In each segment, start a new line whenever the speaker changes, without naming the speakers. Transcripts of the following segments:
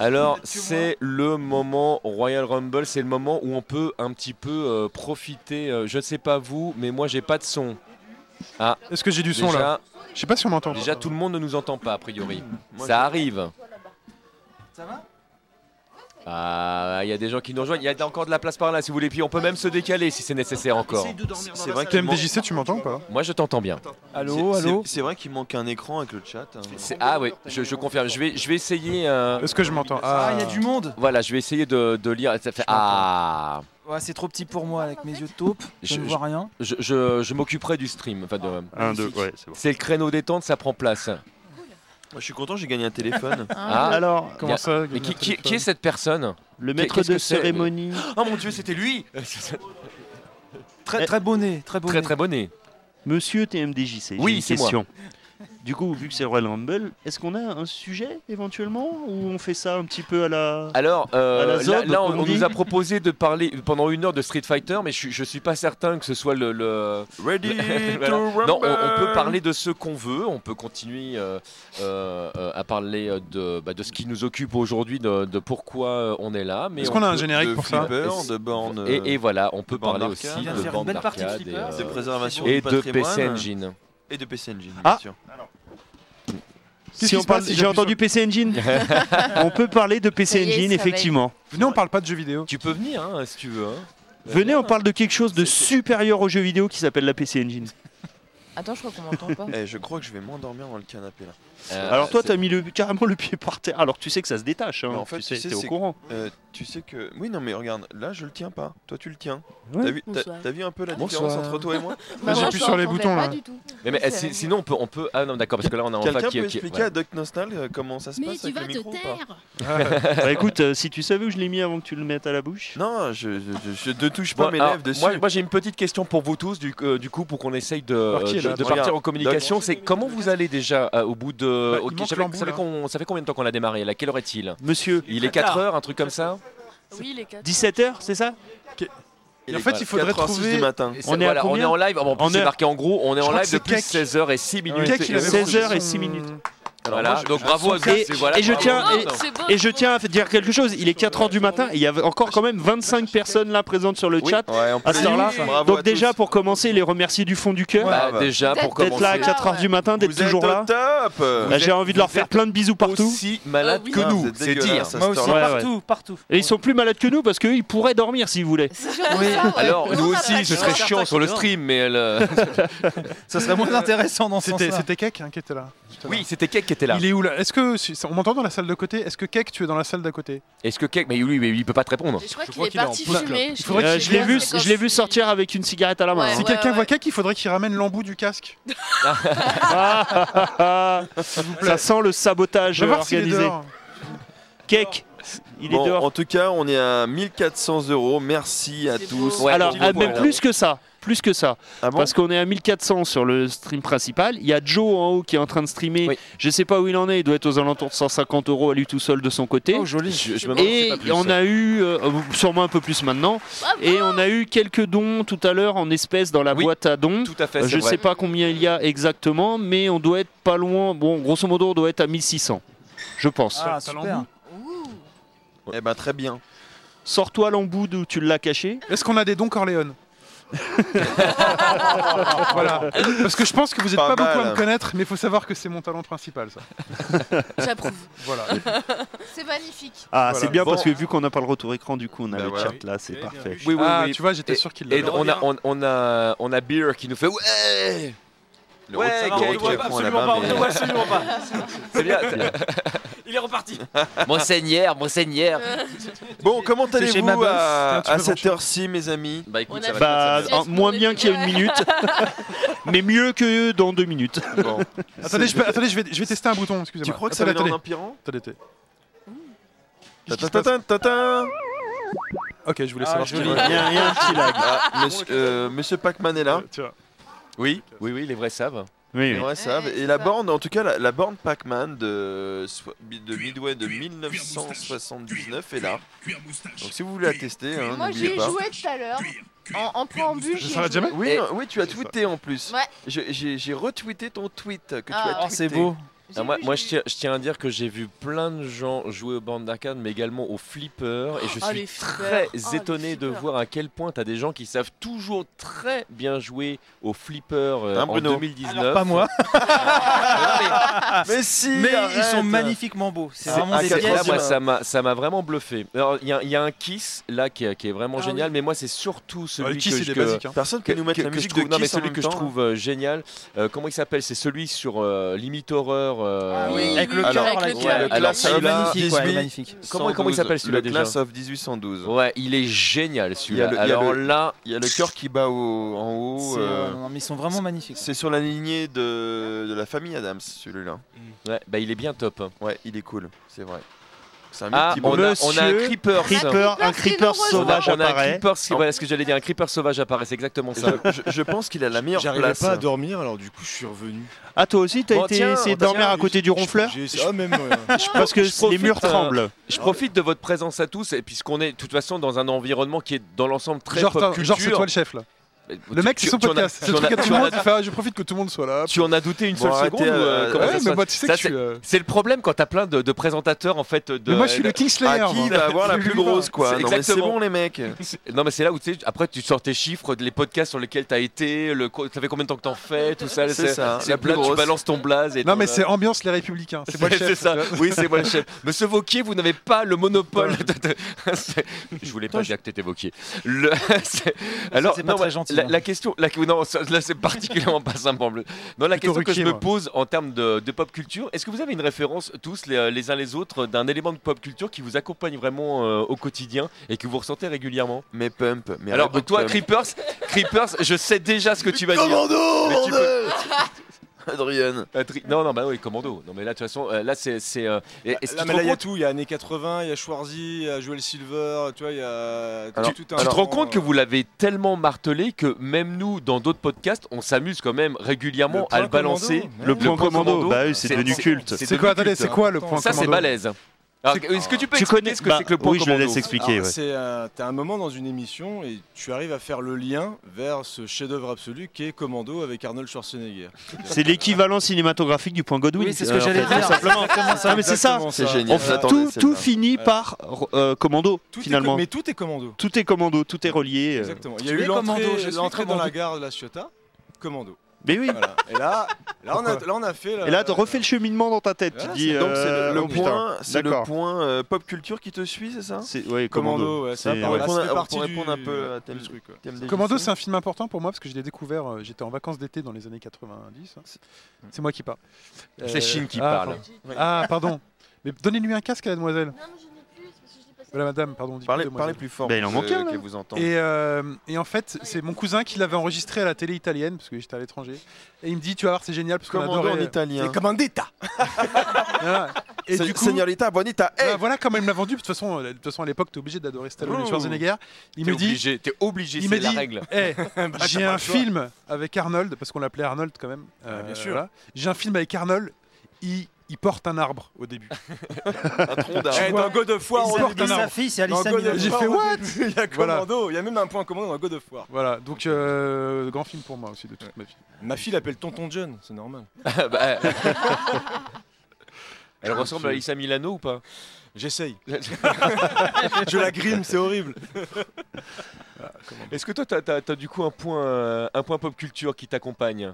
Alors, c'est le moment Royal Rumble, c'est le moment où on peut un petit peu euh, profiter. euh, je ne sais pas vous, mais moi, j'ai pas de son.
Est-ce que j'ai du son
déjà,
là Je sais pas si on m'entend.
déjà, tout le monde ne nous entend pas, a priori.
Moi,
Ça arrive.
Ça va
Ah, il y a des gens qui nous rejoignent. Il y a encore de la place par là, si vous voulez. Puis on peut même se décaler si c'est nécessaire encore.
Essaye de dormir dans
C'est
la
vrai
salle.
que-
TMDJC, tu m'entends ou pas
Moi, je t'entends bien.
C'est-
Allô,
c'est-
allô
C'est vrai qu'il manque un écran avec le chat. hein.
C'est- Ah oui, je, je confirme. Je vais, je vais essayer. euh,
Est-ce que je m'entends
Ah, il y a du monde
Voilà, je vais essayer de, de lire. Ça fait- ah,
Ouais, c'est trop petit pour moi avec mes yeux de taupe. Je,
Je-
ne
je-
vois rien.
je, je- je m'occuperai du stream. Enfin, de-
Un, deux, ouais, c'est bon.
C'est le créneau détente, ça prend place.
Ah.
Moi, je suis content, j'ai gagné un téléphone.
Ah,
Alors,
y
Comment
a-
ça
Mais qui, qui- qui est cette personne
le
qu'est-
maître
qu'est-ce
de
que c'est
cérémonie.
Oh mon dieu, c'était lui
Très
Eh.
très bonnet, très bonnet.
Très très bonnet.
Monsieur TMDJC,
Oui,
j'ai une
c'est moi.
question. Du coup, vu que c'est Royal Rumble, est-ce qu'on a un sujet éventuellement ou on fait ça un petit peu à la
Alors, euh,
À la
là,
zob,
là, on,
comme on
on
dit.
nous a proposé de parler pendant une heure de Street Fighter, mais je, suis- je suis pas certain que ce soit le. le-
Ready
Voilà.
to rumble
Non, on, on peut parler de ce qu'on veut, on peut continuer euh, euh, euh, à parler euh, de, bah, de ce qui nous occupe aujourd'hui, de, de pourquoi euh, on est là. mais
Est-ce
on
qu'on a un
peut-
générique
de
pour ça
flipper, de bornes.
et, et voilà, on peut
de bande
parler aussi
d'arcade.
Il vient
de
de faire une
bande
belle partie
d'arcade
de
et,
flipper.
euh,
de préservation
et
du
de
patrimoine
PC Engine.
et de PC Engine. bien
Ah.
sûr.
Qu'est-ce
Si
qui
on
se
parle,
passe si
j'ai
j'appuie
entendu PC Engine. on peut parler de
Ça y
PC
est,
Engine
ça va.
effectivement.
Venez, on parle pas de jeux vidéo.
Tu peux venir hein, si tu veux. hein.
Venez, on parle de quelque chose de
C'est- c'est-
supérieur aux jeux vidéo qui s'appelle la PC Engine.
Attends, je crois qu'on m'entend pas.
Eh, je crois que je vais moins dormir dans le canapé là.
Euh,
Alors toi,
c'est-
t'as mis le, carrément le pied par terre. Alors tu sais que ça se détache. hein.
Mais en fait,
tu
tu
sais,
sais,
t'es au
c'est-
courant.
Euh, tu sais que. Oui, non, mais regarde, là je le tiens pas. Toi tu le tiens.
Ouais.
T'as vu, t'as-
Bonsoir.
t'as vu un peu la
Bonsoir.
différence entre toi et moi
Là, j'appuie sur les boutons, là.
Mais, mais, eh, si- sinon on peut, on peut. Ah non d'accord parce que là on a en
Quelqu'un
fait qui,
peut
qui-
expliquer
voilà.
à Doc Nostal euh, comment ça se
Mais
passe
tu
avec
vas
le
te
micro ou pas
taire
Bah écoute, euh, si tu savais où je l'ai mis avant que tu le mettes à la bouche.
Non, je, je, je- je ne touche pas
Bon,
mes
alors,
lèvres dessus.
moi, moi, j'ai une petite question pour vous tous du, euh, du coup pour qu'on essaye de, euh,
Orky est
de-
là.
de
Regarde,
partir en communication.
Doc.
C'est comment vous allez déjà euh, au bout de.
Bah, il
ok,
manque
ça fait-
l'embout,
ça, fait
là.
qu'on- ça fait combien de temps qu'on a démarré là Quelle heure est-il
Monsieur,
Il est 4 heures, un truc comme ça
Oui, les quatre.
17h, c'est ça
en fait, il faudrait
4h06 du
trouver-
matin.
Et ça,
On est à
voilà, on est
combien
en live. Ah, bon, en plus,
On est
c'est
à-
marqué en gros. On est en
crois
live
que c'est
depuis
Kek.
16h et 6 minutes.
Kek, il
Et
avait
16 heures et
son-
six minutes.
Voilà, donc bravo à vous.
Et-
c'est- voilà,
et je
bravo.
tiens-
Oh, c'est beau.
Et je tiens à dire quelque chose, il est 4h du matin et il y avait encore quand même 25 personnes là présentes sur le
Oui.
chat.
Ouais, en
À cette heure-là,
bravo à
Donc déjà
tous.
pour commencer, les remercier du fond du cœur.
Bah,
Ouais, bah.
déjà pour
Peut-être
D'être là à
commencer.
commencer.
4h du matin, d'être
Vous êtes
toujours
au
là.
top
Bah, J'ai
êtes-
envie de leur
vous
faire
êtes
plein de bisous partout.
Aussi malade
Ah oui.
que
Ah,
nous.
vous êtes
C'est
dégueulasse,
dire.
à cette
Moi aussi,
heure-là.
Ouais, ouais.
partout, partout.
Et ils sont plus malades que nous parce qu'eux ils pourraient dormir s'ils voulaient.
C'est sûr que
Oui.
ça, ouais.
Alors,
Non,
nous
ça va
aussi, ce
être
serait
dur.
chiant sur le stream, mais euh, elle.
Ça serait moins intéressant dans ce
C'était
sens-là.
c'était Kek hein, qui était là.
Oui, c'était Kek qui était là.
Il est où là Est-ce que si- on m'entend dans la salle de côté Est-ce que Kek tu es dans la salle d'à côté
Est-ce que Kek. Mais lui, mais il peut pas te répondre.
Je crois
Je
qu'il
crois
est
qu'il est en
parti
pouce, là.
fumer.
Il faudrait
Euh,
que
je l'ai vu,
C'est
je l'ai vu
comme si-
sortir avec une cigarette à la main.
Ouais,
Si
hein.
ouais.
quelqu'un voit Kek, il faudrait qu'il ramène l'embout du casque.
Ah, ah, ah, ah. Ça sent le
Je
sabotage
vais voir s'il est
organisé.
dehors.
Cake, il est
Bon,
dehors.
En tout cas, on est à 1400 euros. Merci à
C'est
tous.
beau. Ouais,
Alors,
petit
ah,
peu,
même
ouais.
plus que ça, plus que ça,
Ah bon
parce qu'on est à 1400 sur le stream principal. Il y a Joe en haut qui est en train de streamer.
Oui.
Je sais pas où il en est. Il doit être aux alentours de 150 euros à lui tout seul de son côté.
joli. Je, je me demande si
Et
c'est pas plus.
on a eu, euh, sûrement un peu plus maintenant,
Bravo.
et on a eu quelques dons tout à l'heure en espèces dans la
Oui.
boîte à dons.
Tout à fait,
Euh,
c'est
Je
vrai.
sais pas combien il y a exactement, mais on doit être pas loin. Bon, grosso modo, on doit être à 1600, je pense.
Ah,
Ça
super.
l'embout.
Ouh.
Eh ben très bien.
Sors-toi l'embout d'où tu l'as caché.
Est-ce qu'on a des dons Corleone voilà. Parce que je pense que vous n'êtes
Pas
pas, beaucoup
mal.
à me connaître, mais il faut savoir que c'est mon talent principal, ça.
J'approuve.
Voilà.
C'est magnifique.
Ah,
Voilà.
c'est bien
Bon.
parce que vu qu'on n'a pas le retour écran, du coup, on a
Bah
le
voilà.
chat là, c'est parfait.
Oui, oui,
ah,
oui.
tu vois, j'étais sûr qu'il
Et
l'avait.
on a, on, on a, on a Beer qui nous fait ouais.
Le
Ouais,
retour-
Kek,
le
ouais,
retour écran
absolument
là-bas,
pas,
mais-
on voit absolument pas.
C'est bien.
Il est reparti.
monseigneur, monseigneur.
Euh,
Bon, comment
chez ma
allez-vous
boss.
Tiens,
à,
tu
à
peux
cette heure-ci, mes amis
Bah
On
écoute,
a
ça va.
Bah,
bien, ça va bien.
un-
Est-ce qu'on
moins
est
bien
plus
qu'il y a
près
une minute, mais mieux que dans deux minutes.
Bon.
Attendez, je, peux- attendez je, vais, je vais tester un bouton, excusez-moi.
Tu crois que ça
Ah,
va
Attendez,
donner un
attendez,
empirant
attendez, attendez. Qu'est-ce qui se passe
Ta-ta-ta-ta-ta.
Ok, je voulais
Ah,
savoir ce
joli.
qu'il
Il y a- il y a un petit lag.
Ah, monsieur, euh, monsieur Pac-Man est là.
Tu vois.
Oui, oui, oui, les vrais savent.
Oui,
Les
oui.
vrais savent.
Ouais,
Et
c'est
la
ça.
borne, en tout cas, la, la borne Pac-Man de, so- de Midway de 1979 est là. Donc si vous voulez la tester, hein,
Moi,
n'oubliez
j'y ai
pas.
joué tout à l'heure. En, en préambule,
Je
j'y ai
s'arrête jamais
joué.
Oui,
Et-
non, oui, tu as tweeté en plus.
Ouais.
Je- J'ai j'ai retweeté ton tweet que tu
Ah.
as tweeté.
Oh, c'est beau.
Ah, moi, moi, je, tiens, je tiens à dire que j'ai vu plein de gens jouer aux bandes d'arcade, mais également aux flippers. Et je
Oh, les
suis
flippers.
très
Oh, les
étonné de
flippers.
voir à quel point tu as des gens qui savent toujours très bien jouer aux flippers euh,
Hein,
en
Bruno
2019.
Alors, pas moi.
Mais si
Mais ils
arrête.
sont magnifiquement beaux. C'est
C'est
vraiment des
incroyable.
Là,
pièces.
moi, ça m'a, ça m'a vraiment bluffé. Alors, il y, a- il y a un kiss là qui, est- qui est vraiment
Ah
génial, mais moi, c'est
Ah,
surtout celui
le kiss,
que,
il
je-
est
que-
basique. hein.
Personne
que-
peut nous mettre
que-
la
que je
musique
trouve,
de
non, mais
Kiss en
celui
même
que je
temps.
trouve euh, génial. Euh, comment il s'appelle C'est celui sur euh, Limite Horror. euh,
Ah oui.
Avec le
Alors,
cœur,
avec
là,
le
qui-
cœur.
ouais,
Alors,
il est
celui-là,
magnifique, ouais, il est
18.
magnifique.
Comment- comment il
112,
s'appelle celui-là
Le
déjà
Class of 1812.
Ouais, il est génial celui-là.
Il y a le- il y a
Alors
le-
là,
Oh, Il y a le cœur qui bat au- en haut.
C'est-
euh,
ouais, non, non, mais ils sont vraiment magnifiques.
C'est sur la lignée de, de la famille Adams, celui-là.
ouais, bah, il est bien top.
Ouais, il est cool, c'est vrai. C'est un
Ah,
multi
on a, on a un
Monsieur
creeper.
Creeper,
Un creeper
un creeper
qui nous
sauvage
on a un
apparaît.
creeper, c'est voilà ce que j'allais dire, un creeper sauvage apparaît, c'est exactement ça.
je, je- je pense qu'il a la meilleure
J'arrivais
place.
pas à dormir, alors du coup, je suis revenu.
Ah, toi aussi, t'as
Bon,
été
tiens,
essayer de dormir à côté du ronfleur
J'ai ça même. euh,
Parce que
Je
les murs
profite, euh,
tremblent.
Je profite de votre présence à tous, et puisqu'on est de toute façon dans un environnement qui est dans l'ensemble très
Genre,
pop
t'as- genre,
culture.
c'est toi le chef là.
Mais
Le
tu-
mec,
tu-
c'est son
tu en as-
podcast.
tu
C'est le
en as-
truc à
tu
tout le
en
monde.
as-
il fait, ah, Je profite que tout le monde soit là.
Tu en as douté une
Bon,
seule
arrêtez,
seconde ou, euh,
euh,
comment
Ouais,
ça se
mais
passe
moi, tu sais
Ça,
que je suis. euh,
C'est le problème quand t'as plein de, de présentateurs en fait de.
Mais moi, je suis le King Slayer.
À qui
moi.
il
hein.
va avoir la
Je
plus
lui vois.
grosse, quoi
C'est
Non, mais c'est
exactement.
bon, les mecs.
euh, Non mais c'est là où tu sais, après tu sors tes chiffres, les podcasts sur lesquels t'as été, le, co- ça fait combien de temps que t'en fais, tout ça.
C'est ça,
C'est
la
là,
plus
tu
grosse.
balances ton blaze. Et
Non,
ton,
mais
euh,
c'est ambiance les républicains. C'est moi le
C'est
chef.
ça, oui, c'est moi le chef. Monsieur Vauquier, vous n'avez pas le monopole. de- de- c'est- Je voulais pas dire que t'étais Vauquier. Le- c'est- Alors,
c'est pas
non,
très
bah,
gentil,
La,
hein.
la question, la- non, ça- là c'est particulièrement pas simple. Non, la
Plutôt
question que je
Ruquier,
me
moi.
pose en termes de, de pop culture, est-ce que vous avez une référence tous les, les uns les autres d'un élément de pop culture qui vous accompagne vraiment euh, au quotidien et que vous ressentez régulièrement
Mais pump. Mais euh,
Alors,
arrête de
toi,
pump.
Creepers, Creepers, je sais déjà ce que tu vas dire.
Commando,
Mais tu
bordel Adrien.
Euh, tri- Non, non, bah oui, commando. Non, mais là, de toute façon, euh, là, c'est. c'est, euh, et- est-ce
Là,
que tu
Bah, mais
te
là,
rends
il y a
compte-
tout. Il y a années 80, il y a Schwarzy, il y a Joel Silver, tu vois, il y a
Alors,
tout un. euh,
Tu te rends
genre,
compte que vous l'avez tellement martelé que même nous, dans d'autres podcasts, on s'amuse quand même régulièrement
Le
à le
point
balancer.
commando, ouais.
Le plan
point
commando,
commando,
bah oui, c'est
c'est-
devenu
c'est-
culte.
c'est
C'est quoi Attendez,
culte,
c'est
hein.
quoi le point
Ça, c'est
commando
balèze. Alors, Est-ce que tu peux
Tu
expliquer
connais-
ce que
bah,
c'est que le point
Oui, je le
commando
laisse expliquer.
Alors,
ouais.
C'est euh, t'as un moment dans une émission et tu arrives à faire le lien vers ce chef-d'œuvre absolu qui est Commando avec Arnold Schwarzenegger.
C'est l'équivalent cinématographique du point Godwin.
Oui, c'est ce
euh,
que
en
j'allais
fait,
dire.
tout simplement. Ah, mais c'est ça.
Exactement
C'est
ça.
génial,
Voilà.
j'attends.
Tout,
Attendez,
tout
celle-là.
finit
Ouais.
par euh, commando,
Tout est
finalement.
co- mais tout est Commando.
Tout est commando, tout est relié. euh.
Exactement. Il y a
Tu
eu
es Commando, je
l'entrée-
suis
l'entrée dans
Commando.
la gare de la Ciotat, Commando.
Mais oui.
Voilà. Et là, là, on a,
Pourquoi
là, on a fait. la-
Et là, tu refais le cheminement dans ta tête. Tu
Ouais,
te dis.
c'est-
Donc, c'est le,
euh,
le
oh, putain.
point, c'est le
D'accord.
point euh, pop culture qui te suit, c'est ça
C'est- Ouais,
Commando,
commando.
ouais,
C'est-
ça, pour
ouais.
là,
répondre,
c'est
à-
partie
pour répondre un
du-
peu à tel
du
truc. quoi.
Thème des
Commando,
lycées.
c'est un film important pour moi parce que je l'ai découvert. euh, J'étais en vacances d'été dans les années 90. hein. C'est moi qui parle.
C'est Chine qui
ah,
parle.
Non,
Ah, pardon. Mais donnez-lui un casque à la demoiselle.
mais je n'ai plus. c'est parce que je l'ai passé.
Voilà, madame, pardon. dites-lui
Parlez,
demoiselle.
parlez plus fort.
Bah, il en
pour
manque
ceux
un, là.
qui vous entendent.
Et, euh, et en fait, c'est mon cousin qui l'avait enregistré à la télé italienne parce que j'étais à l'étranger. Et il me dit, tu vas voir, c'est génial parce qu'on
Commando en
adorait. euh,
italien.
Commandita.
Voilà. Et du coup,
Señorita Bonita,
bah,
hey
voilà comment il me l'a vendu. De toute façon, euh, de toute façon, à l'époque, t'es obligé d'adorer Stallone et
Oh!
Ouh.
Schwarzenegger. Il
T'es
me dit,
obligé, t'es obligé,
il
c'est
me
la
dit,
règle.
Eh, j'ai
Ah, pas
un
le choix.
film avec Arnold parce qu'on l'appelait Arnold quand même. Euh,
Ah, bien sûr.
voilà. J'ai un film avec Arnold. Il, il porte un arbre au début.
un tronc d'arbre.
Eh, dans God of War,
Ils
on
sortent
est
un
bizarre.
Sa fille, c'est
Dans
Alissa
God of
J'ai
War,
fait,
au
what
début, Il y a
Voilà.
Commando. Il y a même un point Commando dans God of War.
Voilà, donc euh, grand film pour moi aussi de toute ma vie.
Ma fille l'appelle Tonton John, c'est normal.
Ah, bah, euh. Elle ressemble à Alissa Milano ou pas
J'essaye. Je la grime, c'est horrible.
Est-ce que toi, t'as as, du coup un point, euh, un point pop culture qui t'accompagne,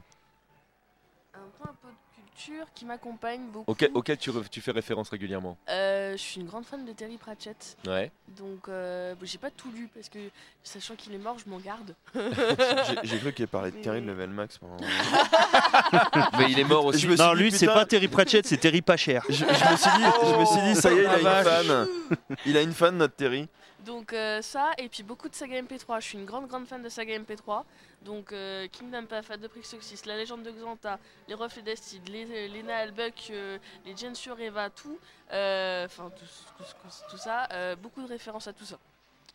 Un peu un peu de culture qui m'accompagne beaucoup.
auquel, auquel tu, re- tu fais référence régulièrement
Euh, je suis une grande fan de Terry Pratchett.
Ouais.
Donc, euh, bah, j'ai pas tout lu parce que, sachant qu'il est mort, je m'en garde.
J'ai- J'ai cru qu'il parlait de Terry de Level Max. pendant-
Mais il est mort aussi.
Je me suis
Non,
dit,
lui, c'est
putain,
pas Terry Pratchett, c'est Terry Pacher.
Je, je me suis dit, je me suis dit, ça y est, il a une fan. Il a une fan, notre Terry.
Donc, euh, ça, et puis beaucoup de saga MP3. Je suis une grande, grande fan de saga MP3. Donc, euh, Kingdom Path, Ad Prix Soxis, La Légende de Xanta, Les Reflets d'Astide, les, euh, Lena Albuck, euh, les Jen Sureva, tout. euh, Enfin, tout, ce- tout ce- tout ça. euh, beaucoup de références à tout ça.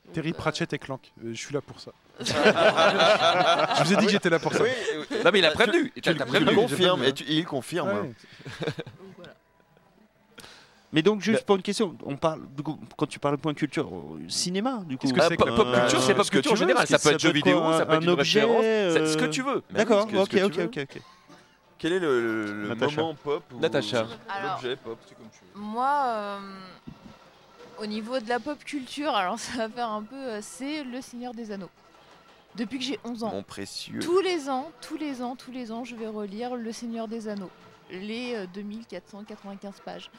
Donc,
Terry
euh,
Pratchett et Clank, euh, je suis là pour ça. je vous ai dit que j'étais là pour ça.
Non, mais il a prévenu.
Tu,
T'as t'as prévenu.
le confirmes,
j'ai
et tu- il confirme. hein.
Ouais.
donc, voilà.
Mais donc, juste pour une question, on parle, du coup, quand tu parles de point culture, euh, cinéma, du coup.
Qu'est-ce que
Ah,
c'est
pop,
que-
pop culture, c'est pop
ce que
culture en
tu veux,
général.
parce
Ça
que
peut être jeux
quoi,
vidéo, ça peut
un
être une
objet,
référence, c'est ce que
euh,
tu veux.
Mais oui,
D'accord,
ce que- ce
ok,
que tu
ok,
veux.
ok, ok.
Quel est le, le- le
Natacha.
moment pop ou
Natacha.
Alors,
l'objet pop
Moi, euh, au niveau de la pop culture, alors ça va faire un peu. euh, C'est Le Seigneur des Anneaux. Depuis que j'ai 11 ans,
Mon précieux.
tous les ans, tous les ans, tous les ans, je vais relire Le Seigneur des Anneaux. Les euh, 2495 pages.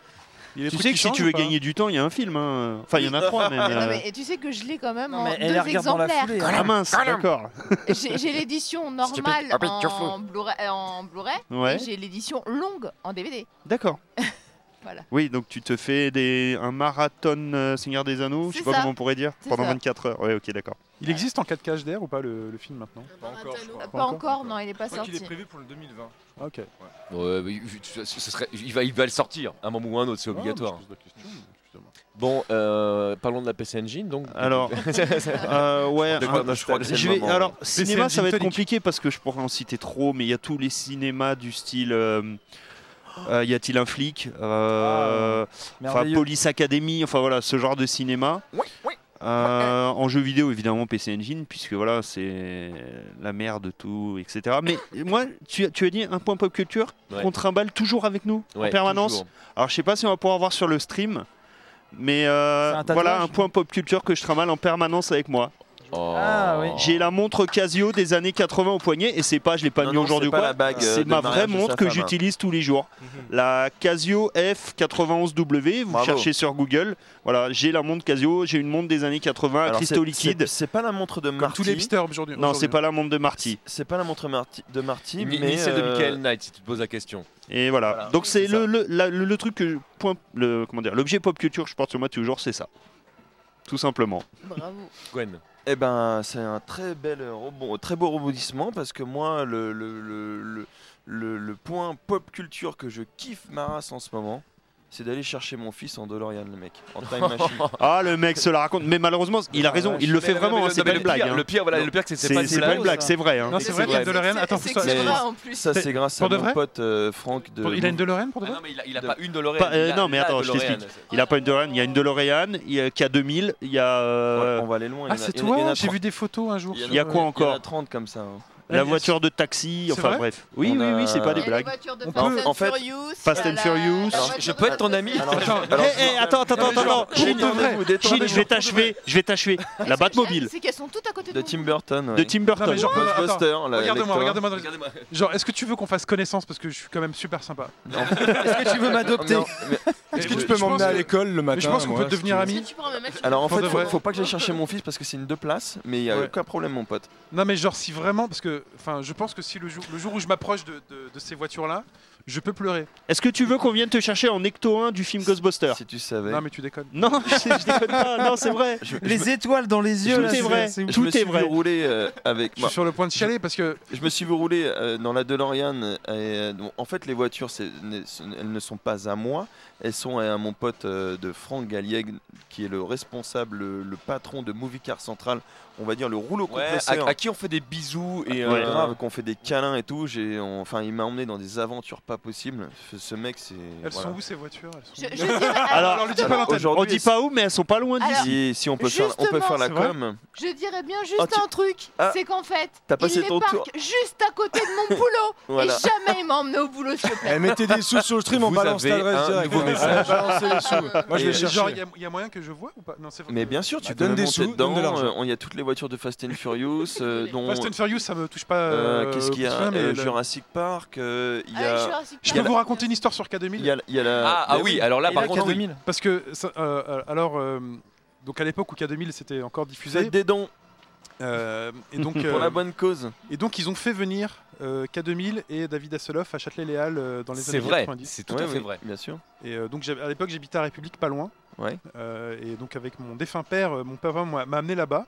Il y a des
Tu
trucs
sais
qui
que si
changent
tu
ou
veux
pas
gagner du temps, il y a un film. hein. Enfin, il y en a trois, même.
Non,
euh.
mais- et tu sais que je l'ai quand même
Non,
en
mais
deux
elle la regarde dans la
exemplaires.
foulée.
Ah la mince, d'accord.
J'ai j'ai l'édition normale
Stupide. Ah, pitié,
en Blu-ray en Blu-ray
Ouais,
et j'ai l'édition longue en DVD.
d'accord.
Voilà.
Oui, donc tu te fais des... un marathon euh, Seigneur des Anneaux, je sais
C'est
pas
ça.
comment on pourrait dire,
C'est
pendant
ça.
24 heures. Ouais, ok, d'accord.
Il existe en 4K HDR ou pas le, le film maintenant
Pas encore, je crois.
Pas, encore, non, il n'est pas
Je crois qu'il
sorti.
est prévu pour le 2020.
Ah, Ok.
Ouais, mais ce- ce serait- il, va, il va le sortir, un moment ou un autre, c'est obligatoire.
Oh,
Bon, euh, parlons de la PC Engine, donc.
Alors, euh, ouais,
De
un-
quoi Moi, je crois que c'est
Je
le
vais-
moment.
alors,
PC
cinéma, ça va être
Engine
compliqué parce que je pourrais en citer trop, mais il y a tous les cinémas du style. euh, euh, y a-t-il un flic Euh, Enfin,
Ah, Merveilleux.
Police Academy, enfin voilà, ce genre de cinéma. Euh, en jeu vidéo, évidemment, PC Engine, puisque voilà, c'est la merde de tout, etc. Mais moi, tu, as- tu as dit un point pop culture
Ouais.
qu'on trimballe toujours avec nous, en permanence. Alors, je sais pas si on va pouvoir voir sur le stream, mais euh,
C'est un tatouage,
voilà un
non
point pop culture que je trimballe en permanence avec moi.
Oh.
Ah, oui.
J'ai la montre Casio des années 80 au poignet, et c'est pas, je l'ai pas
Non,
mis
non,
aujourd'hui ou
c'est pas
quoi.
la bague, euh,
C'est
de
ma
mariage
vraie
de
montre
sa
que
femme, hein.
j'utilise tous les jours. La Casio F91W, vous
Bravo.
cherchez sur Google. Voilà, j'ai la montre Casio, j'ai une montre des années 80 à
Alors,
cristaux
c'est- c'est- hein.
liquides.
C'est pas la montre de
Comme tous les
Marty.
hipsters aujourd'hui.
Non, c'est
aujourd'hui.
pas la montre de Marty.
C'est pas la montre Marty- de Marty,
Ni,
mais.
ni celle de
euh,
Michael Knight, si tu te poses la question.
Et voilà.
Voilà,
Donc c'est
c'est ça.
le, le, la- le- le truc que je- point le comment dire l'objet pop culture que je porte sur moi toujours c'est ça. Tout simplement.
Bravo.
Gwen.
Eh ben, c'est un très bel rebond, très beau rebondissement parce que moi, le, le, le, le, le- le point pop culture que je kiffe ma race en ce moment, c'est d'aller chercher mon fils en DeLorean, le mec, en Time Machine.
Ah le mec se la raconte mais malheureusement,
Ah,
il a raison, il le fait
Mais-
vraiment,
mais
hein,
le-
c'est
Ah, non, mais
pas une
le
blague.
pire-
hein.
Le pire, voilà, le pire, c'est que c'est pas
C'est c'est pas une blague, c'est vrai hein.
Non, c'est vrai
C'est
qu'il y a une
vrai.
DeLorean. Attends,
c'est
faut que
c'est
je
vrai
sois-
en plus.
Ça, c'est grâce à
Pour de
mon
vrai
pote euh, Franck de.
hein. Il a une DeLorean pour de
Ah
vrai
non, mais il a, il a
De-
pas une DeLorean.
Pas- euh,
il a
non, mais
la
attends, je
DeLorean.
Il a pas une DeLorean, il y a une DeLorean, il y a K2000, il y a euh,
Ouais, On va aller loin.
Ah,
il y en a-
c'est
il y en a- il y en
toi
a
J'ai
trente-
vu des photos un jour.
Il y en a-
sur-
il y a quoi
Il y en a
encore
30 comme ça. hein.
La voiture de taxi,
C'est
enfin
vrai
bref. Euh, Oui,
On
oui,
a-
oui, c'est pas des
Il y a les
blagues.
voitures de
On
Fast
peut-
and
en fait-
Furious.
Fast
il y a
and
la- la
Furious.
Alors,
voiture
je
de
peux être ton
Fast and
ami
Furious.
Alors,
Attends,
je- alors,
Hé, hé, Eh, attends, attends,
Non, mais
attends, attends.
genre,
Chine,
pour de vrai.
Détendez-vous, détendez-vous.
je vais t'achever, je vais t'achever. La Batmobile
C'est qu'elles sont toutes à côté de
De
nous.
Tim Burton.
de
ouais.
Tim
Non, mais
Burton.
genre, attends,
Ghostbuster, la-
Regarde-moi,
l'acteur.
regarde-moi. dans- Genre, est-ce que tu veux qu'on fasse connaissance parce que je suis quand même super sympa.
Est-ce que tu veux m'adopter
Non, mais-
Est-ce
Est-ce
que
que tu
je
peux
pense
m'emmener à
que-
l'école le matin
Mais je pense qu'on
moi,
peut devenir
si tu
Est-ce
amis.
que tu prends un mec
Alors en
Pour
fait,
de vrai.
faut, faut pas que j'aille chercher mon fils parce que c'est une deux places, mais il y a
Ouais.
aucun problème, mon pote.
Non, mais genre, si vraiment, parce que, enfin, je pense que si le jour, le jour où je m'approche de, de- de ces voitures-là, je peux pleurer.
Est-ce que tu veux qu'on vienne te chercher en Ecto 1 du film Ghostbuster
Si tu savais.
Non, mais tu déconnes.
Non, je, je déconne pas, non, c'est vrai.
Je- je me-
Les étoiles dans les yeux,
Tout
là,
est
c'est-
vrai.
c'est ouf.
je me
tout
suis
est
vu
vrai.
rouler euh, avec
Je
moi.
suis sur le point de chialer parce que
Je me suis vu rouler euh, dans la DeLorean. euh, et, euh, bon, en fait, les voitures, c'est- ne- ce- elles ne sont pas à moi. Elles sont à mon pote euh, de Franck Gallieg, qui est le responsable, le, le patron de Movie Car Central. On va dire le rouleau
Ouais,
compresseur.
à, à qui on fait des bisous et
Et
euh,
grave qu'on fait des câlins et tout. J'ai, on- enfin, il m'a emmené dans des aventures pas possibles. Ce, ce mec, c'est.
elles
voilà.
sont où ces voitures Elles sont
Je,
où
je dirais, alors,
Alors,
le dis pas à
Alors,
l'antenne.
on
aujourd'hui,
dit pas où, mais elles sont pas loin d'ici.
Alors,
si, si, on peut faire, on peut faire la
Justement, c'est
com.
je dirais bien juste
Oh, tu-
un truc.
Ah,
c'est qu'en fait,
t'as passé
il les
ton
parque
tour.
juste à côté de mon boulot.
Voilà.
Et jamais il m'a emmené au boulot, s'il te plaît.
Eh, mettez des sous sur le stream, on
Vous
balance
avez un
l'adresse direct.
nouveau message.
Balancez les sous. Moi,
Genre, il
je vais
Et
y
chercher.
a- il y, a moyen que je vois ou pas Non, c'est vrai.
Mais
que-
bien sûr, tu
Bah,
peux
donne
me
des
monter
sous, donne
dedans.
de l'argent.
euh, on- Il y a toutes les voitures de Fast and Furious, euh, dont
Fast and Furious, ça me touche pas.
euh,
euh,
qu'est-ce qu'il y a
tiens, mais
Euh,
le-
Jurassic Park. euh, Il y
Ah,
a,
Jurassic
Je
Park.
peux vous raconter une histoire sur K2000
il y a, il y a la. Ben
Ah, ah
Mais
oui, alors là,
Et
par
la
contre, oui.
4000.
Parce que, ça- euh, euh, alors, euh, donc à l'époque où K2000 c'était encore
Vous êtes
diffusé,
des dons
euh, et, donc, euh,
pour la bonne cause.
et donc ils ont fait venir euh, K2000 et David Hasselhoff à Châtelet-Léal euh, dans les
C'est
années
vrai,
90.
c'est tout
Ouais,
à fait
oui,
vrai.
Bien sûr.
Et euh, donc j'avais- à l'époque j'habitais à République pas loin.
Ouais.
Euh, et donc avec mon défunt père, euh, mon papa m'a m'a amené là-bas.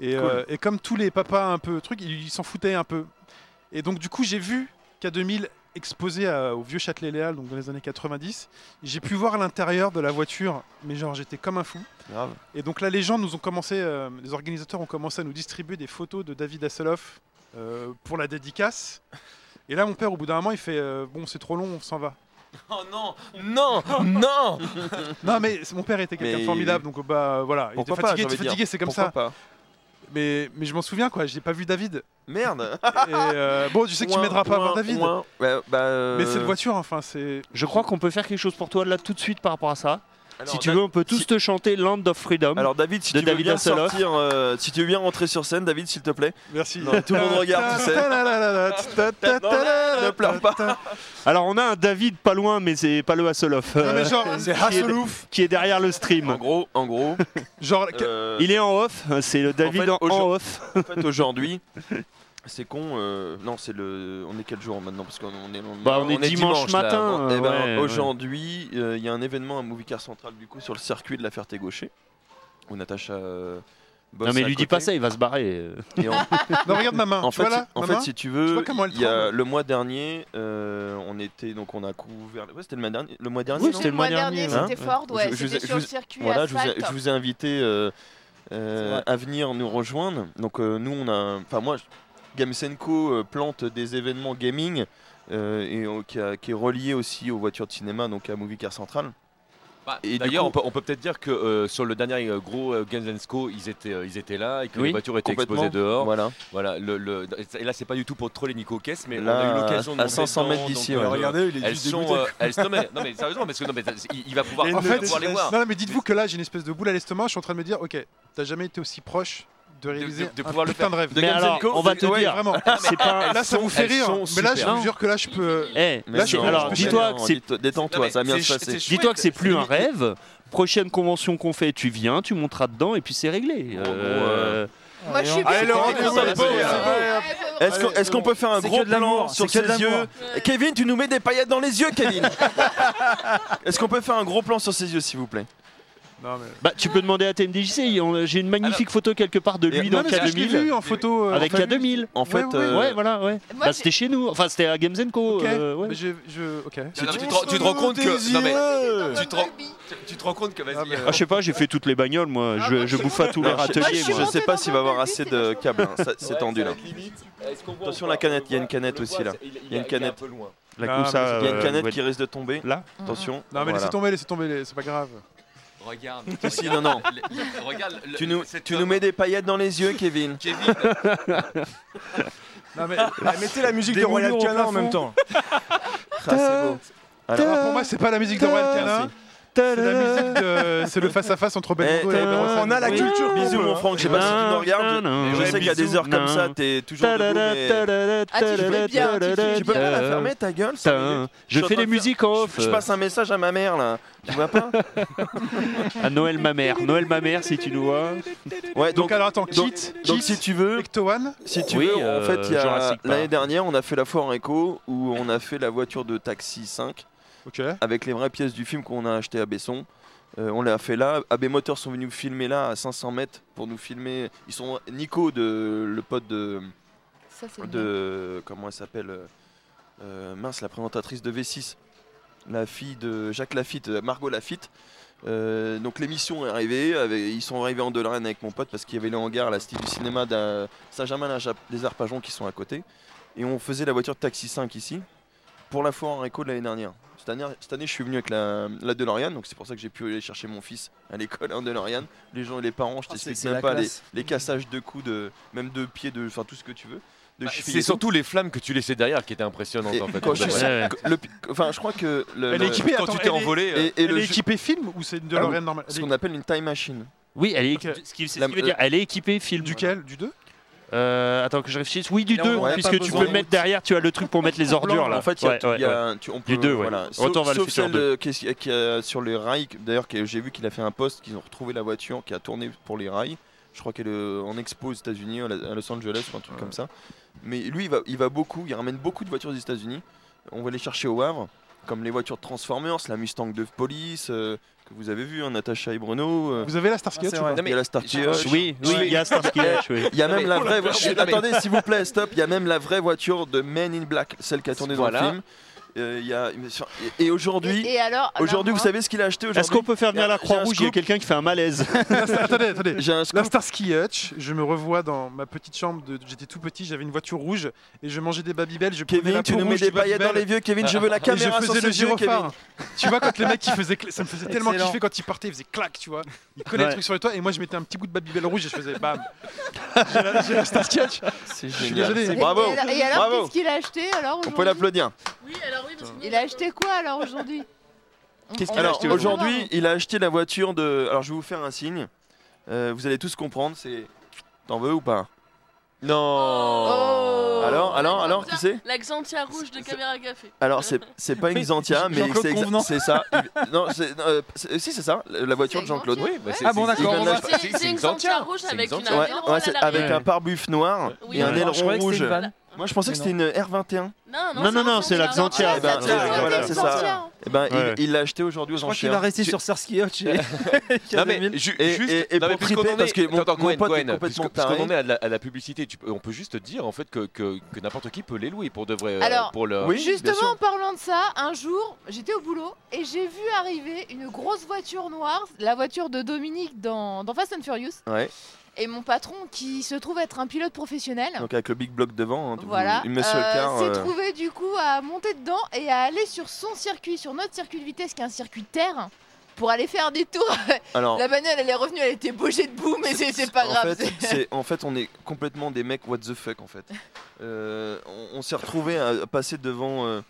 Et, euh, et comme tous les papas un peu truc, ils ils s'en foutaient un peu. Et donc du coup j'ai vu K2000 exposé à- au vieux Châtelet-Léal, donc dans les années 90. J'ai pu voir l'intérieur de la voiture, mais genre j'étais comme un fou.
Grave.
Et donc là, les gens nous ont commencé, euh, les organisateurs ont commencé à nous distribuer des photos de David Hasselhoff euh, pour la dédicace. Et là, mon père, au bout d'un moment, il fait euh, Bon, c'est trop long, on s'en va.
Oh non, non, non
Non, mais c'est- mon père était quelqu'un de
Mais-
formidable, donc euh, bah voilà, il
Pourquoi
était
pas,
fatigué,
j'ai
il était
envie de dire.
fatigué, c'est comme
Pourquoi
ça.
pas
Mais, mais je m'en souviens, quoi, j'ai pas vu David.
Merde
Et, euh, bon, tu sais que tu m'aideras pas à voir David.
bah,
Mais c'est
le
une voiture, enfin, c'est.
Je crois qu'on peut faire quelque chose pour toi là tout de suite par rapport à ça.
Alors,
si tu
Da-
veux, on peut tous
si-
te chanter Land of Freedom.
Alors David, si
De
tu veux
David
bien
Hasselhoff.
sortir, euh, si tu veux bien rentrer sur scène, David, s'il te plaît.
Merci.
Non, tout le monde regarde, tu sais. Ne
Ne
pleure
pas.
Alors, on a un David pas loin, mais c'est pas le Hasselhoff, euh,
Mais genre,
C'est
qui, est,
Hasselouf
qui est derrière le
En
stream.
gros, en gros.
genre,
euh,
Il est en off, c'est le David
fait,
en, en
aujourd'hui-
off.
En fait, aujourd'hui, c'est con. euh, non, c'est le. On est quel jour maintenant Parce qu'on on est. on-
Bah, on est dimanche
là.
matin,
Bon,
euh,
eh ben,
ouais, ouais.
aujourd'hui, euh, il y a un événement à Movie Car Central du coup sur le circuit de la Ferté-Gaucher où Natacha. euh, bosse
Non, mais
à
lui dis
côté.
pas ça, il va se barrer.
Et en,
non, regarde ma main.
en
tu
fait,
vois là,
si- en
ma
fait,
main
si
Tu
tu veux,
vois comment elle
il y a
tremble
le mois dernier, euh, on était donc on a couvert. Ouais, c'était le mois dernier. Le mois dernier.
Oui,
non
c'était le mois dernier,
hein.
c'était Ford, ouais.
Je- je vous ai-
C'était sur
je
le
vous-
circuit
Voilà, je vous, ai,
asphalte.
je vous ai invité euh, euh, à venir nous rejoindre. Donc euh, nous, on a, enfin moi, je- Gamesenko euh, plante des événements gaming euh, et euh, qui, a- qui est relié aussi aux voitures de cinéma, donc à Movie Car Central.
Bah,
Et du
D'ailleurs,
coup-
on peut- on peut peut-être dire que euh, sur le dernier euh, gros euh, Games Co, ils étaient, euh, ils étaient là et que
Oui,
les voitures étaient
complètement.
exposées dehors.
Voilà.
Voilà, le, le- et là, c'est pas du tout pour troller Nico Caisse, mais
Là,
on a eu l'occasion de
à
monter
500 mètres
dedans,
d'ici,
donc,
ouais.
euh,
Regardez, il est
Elles
juste
sont,
dégoûté.
euh, elles sont- mais- non mais sérieusement, parce que non, mais, il, il va pouvoir,
Et
il va
le-
pouvoir les voir.
Non, mais dites-vous que là, j'ai une espèce de boule à l'estomac. Je suis en train de me dire, ok, t'as jamais été aussi proche de réaliser
de- de
un
pouvoir le
putain
faire.
de rêve.
mais
Games
alors,
Co,
on va te
Ouais,
dire.
vraiment.
C'est pas.
Là, ça vous fait
Ah, elles
rire.
sont
Mais là, je
super.
vous jure que là, je peux.
Eh,
Mais
Là, je-
non,
alors,
non,
dis-toi
non,
que c'est-
dis-toi- Détends-toi,
Non, mais
ça va bien
c'est
se
ch-
passer.
c'est
Dis-toi
chouette,
que c'est plus un
limite-
rêve. Prochaine convention qu'on fait, tu viens, tu monteras dedans et puis c'est réglé.
En gros,
Euh,
Moi, je suis bien
Allez, Laurent,
contente.
tu
vas dans les beaux,
Ouais,
c'est
beau.
ouais, ouais.
Est-ce qu'on est-ce qu'on peut faire un
C'est
gros
que de
plan
l'amour,
sur
c'est
ses
que de l'amour.
yeux
Ouais.
Kevin, tu nous mets des paillettes dans les yeux, Kevin Est-ce qu'on peut faire un gros plan sur ses yeux, s'il vous plaît
Non, mais-
bah, tu peux demander à TMDJC. on- J'ai une magnifique photo quelque part de
Et-
lui
Non,
dans
mais ça, je l'ai
K2000.
vu en photo. euh, en
Avec
famille.
K2000.
En fait, euh,
ouais,
Ouais, voilà, ouais.
Moi,
Bah,
j'ai-
c'était chez nous. Enfin, c'était à Games Co.
Ok.
euh, ouais.
Mais je, je, ok.
Non, non, mais tu, te, tu te rends compte que non, mais, tu te rends- tu te rends compte que vas-y.
Ah, mais-
euh,
Ah, je sais pas, j'ai fait toutes les bagnoles, moi.
Ah,
Je,
moi,
je
c'est
bouffe à tous les
Alors, je-
Ah,
râteliers,
je suis
Je,
moi.
montée
sais pas
dans
s'il
le
va y avoir
bus,
assez
c'est
de
vachement
câbles, hein, ça- c'est
ouais,
tendu
ça
là.
va être limite. Est-ce qu'on voit
Attention,
ou
la
pas
canette,
On
il y a
le
une canette
voit,
aussi,
c'est-
là.
il-
y a une
il est
canette.
un peu loin.
La
Ah,
comme
mais c'est-
ça,
Il y a une
euh,
canette
ouais.
qui risque de tomber.
Là
Mm.
Attention.
Non, mais
voilà.
laissez tomber, laissez tomber, les- c'est pas grave.
Regarde.
Si, si, non, non.
Regarde. le-
Tu nous,
cet
tu
homme,
nous mets des paillettes dans les yeux, Kevin.
Kevin.
Non, mais
Ah, mettez la musique
Des
de Royal
moulures au
Canin en
plafond.
même temps.
Ah, c'est beau. Alors,
alors, pour moi, c'est pas la musique de Royal Canin. C'est la musique de. C'est le face-à-face entre Belmondo et
Eh,
Bernard
On a la
Sabat.
Oui.
culture.
Bisous,
bisous,
qu'on peut,
mon
hein.
Franck. Je sais pas si tu nous regardes.
Nan,
Je
nan,
sais qu'à des heures comme ça,
nan.
t'es toujours debout,
Tadada,
mais
tadada,
Ah, tu fais bien, tu fais
tadada,
bien.
tu peux pas la
tadada.
fermer ta gueule. cinq
Putain,
minutes Je
je
suis en
fais
train
les
de
musiques en off.
Je passe un message à ma mère là. Tu vois pas
euh, À Noël ma mère, Noël ma mère si tu nous vois.
Ouais,
Donc,
donc
alors, attends,
donc-
Kit,
donc si tu veux,
Ecto One.
Si tu
Oui,
veux,
euh,
en fait, il y a-
Jurassic Park.
l'année dernière, on a fait la foire en écho où on a fait la voiture de Taxi 5
Ok.
avec les vraies pièces du film qu'on a acheté à Besson. Euh, on l'a fait là. AB Motors sont venus filmer là à 500 mètres pour nous filmer. Ils sont Nico, de, le pote de.
Ça, c'est bien.
de comment elle s'appelle euh, euh, Mince, la présentatrice de V6. La fille de Jacques Lafitte, euh, Margot Lafitte. Euh, donc l'émission est arrivée, avec- ils sont arrivés en Delorean avec mon pote parce qu'il y avait les hangars, la style du cinéma d'un Saint-Germain des Arpajons qui sont à côté. Et on faisait la voiture de Taxi 5 ici pour la foire en réco de l'année dernière. Cette année, cette année, je suis venu avec la, la DeLorean, donc c'est pour ça que j'ai pu aller chercher mon fils à l'école en DeLorean. Les gens et les parents, je
Ah, c'est-
t'explique
c'est
même
la
pas les,
classe.
les cassages de coups, de, même de pieds, de, enfin tout ce que tu veux. De
Bah,
chevilles
C'est
et tout.
surtout les flammes que tu laissais derrière qui étaient impressionnantes
Et
en fait. Bah,
quand je
Ouais.
suis
Ouais, ouais.
Le pi- enfin, je crois que le,
Elle
le-
est équipée,
Euh, Quand
attends,
tu t'es
elle est-
envolé. euh,
et, et
Elle
le
est
jeu-
équipée film ou c'est une
Ah oui.
DeLorean normale
ce qu'on appelle une time machine.
Oui, elle est,
Ok.
ce qui, ce qui
La-
veut dire, elle est équipée film.
Duquel Du 2
Euh, attends que je réfléchisse. Oui, du
Là,
2,
on a pas
puisque tu
besoin
peux
de
mettre
route.
derrière, tu as le truc pour mettre les ordures là.
En fait, il y a,
Ouais,
il
ouais,
y a- tu- on peut,
deux, ouais.
voilà.
Retour
Sauf-
vers le
sauf
futur
celle de- qu'est-ce qui- qui a sur les rails, que- d'ailleurs, que j'ai vu qu'il a fait un post, qu'ils ont retrouvé la voiture qui a tourné pour les rails. Je crois qu'elle est euh, en expo aux États-Unis, à la- à Los Angeles ou un truc comme ça. Mais lui, il va, il va beaucoup, il ramène beaucoup de voitures des États-Unis. On va les chercher au Havre, comme les voitures Transformers, la Mustang de police euh, que vous avez vu, hein, Natacha et Bruno. euh,
Vous avez la Starsky
Ah,
Hutch
c'est
ou pas
vrai.
il y a la Star
j'ai-
Kiosque.
ouais. Oui, oui, il y a Starsky Hutch, oui.
Il y a même
mais
la
on l'a
vraie
pas
voiture.
acheté, non, mais-
Attendez, s'il vous plaît, stop. Il y a même la vraie voiture de Men in Black, celle qui a tourné dans
Voilà.
le film. Euh, il y a- Et aujourd'hui,
Et, et alors hein alors
aujourd'hui, vous
moi-
savez ce qu'il a acheté
Est-ce
aujourd'hui
qu'on peut faire venir la
J'ai un
Croix-Rouge Il y a
scoop.
quelqu'un qui fait un malaise.
attendez, attendez.
J'ai un
La
scoop.
Starsky Hutch, je me revois dans ma petite chambre. De... J'étais tout petit, j'avais une voiture rouge et je mangeais des Babybel. Je prenais la
Kevin, tu
peau
nous mets
rouge
des
du
paillettes dans
Babybel.
les vieux. Kevin, je veux la
Et je
caméra sur
faisais
ses
le
yeux, Kevin.
gyrophare. tu vois, quand les mecs qui faisaient, cl- ça me faisait tellement
Excellent.
kiffer quand ils partaient, ils faisaient clac, tu vois. Ils collaient
Ouais.
le truc sur le toit et moi je mettais un petit bout de Babybel rouge et je faisais bam. J'ai la, j'ai la Starsky Hutch.
C'est
génial. désolé.
Et-
Bravo.
Et, et alors,
Bravo.
qu'est-ce qu'il a acheté alors
On peut
aujourd'hui
l'applaudir.
Oui, alors oui, parce que nous,
Il
on
a acheté quoi alors aujourd'hui On-
Qu'est-ce
on-
qu'il a
Alors
acheté
on- hein.
aujourd'hui, il a acheté la voiture de. Alors je vais vous faire un signe. Euh, vous allez tous comprendre. C'est. T'en veux ou pas
Non.
Oh.
Alors, ah, alors, alors, qui c'est
La Xantia rouge de
C'est-
Caméra Café.
Alors c'est c'est pas une Xantia, mais
Jean-Claude
c'est exa-
Convenant.
c'est ça. Il- Non, c'est- euh, c'est- si c'est ça, la voiture de
C'est une
Jean-Claude.
Xantia.
Oui, bah,
Ouais.
c'est-
Ah bon,
c'est-
d'accord,
c'est-
on va-
c'est- c'est
C'est une
Xantia.
Xantia rouge
C'est une
avec une
Xantia.
Ouais,
aileron
ouais,
à
c'est-
l'arrière.
avec
Ouais.
un pare-buff noir
Oui,
et un
voilà.
aileron
Je croyais que c'était
rouge.
une vanne.
Moi, je pensais que
Mais
c'était une R21.
Ah Non,
Non, non,
un
non, c'est la
Xantia.
Ah,
Xantia.
Eh ben,
ça, tu l'as
voilà,
acheté,
c'est
une
ça.
sorcière.
Eh ben, il-
Ouais.
il l'a acheté aujourd'hui
Je
aux
crois
enchères.
qu'il va rester
Tu-
sur Sarsky Hutch. et-
Non mais
Kademil.
ju-
Et-
juste
et- et
non, mais
pour
puisqu'on
triper,
en est-
parce que mon-
attends,
mon
Gwen,
pote est
Gwen,
complètement
puisque- puisqu'on
taré.
en est à la, à la publicité, tu peux- on peut juste dire en fait que, que- que n'importe qui peut les louer pour de vrai. euh,
Alors,
pour le...
Oui, bien sûr.
Justement, en parlant de ça, un jour, j'étais au boulot et j'ai vu arriver une grosse voiture noire, la voiture de Dominique dans, dans Fast and Furious.
Ouais.
Et mon patron, qui se trouve être un pilote professionnel,
Donc avec le big block devant, hein, tout-
voilà,
il met sur le
euh,
car.
s'est
euh,
trouvé du coup à monter dedans et à aller sur son circuit, sur notre circuit de vitesse qui est un circuit de terre. Pour aller faire des tours,
Alors,
la bagnole elle est revenue, elle était bougée debout, mais c'est c'est pas
en
grave.
fait,
c'est-
c'est- en fait, on est complètement des mecs what the fuck en fait. Euh, on on s'est retrouvé à, à passer devant euh,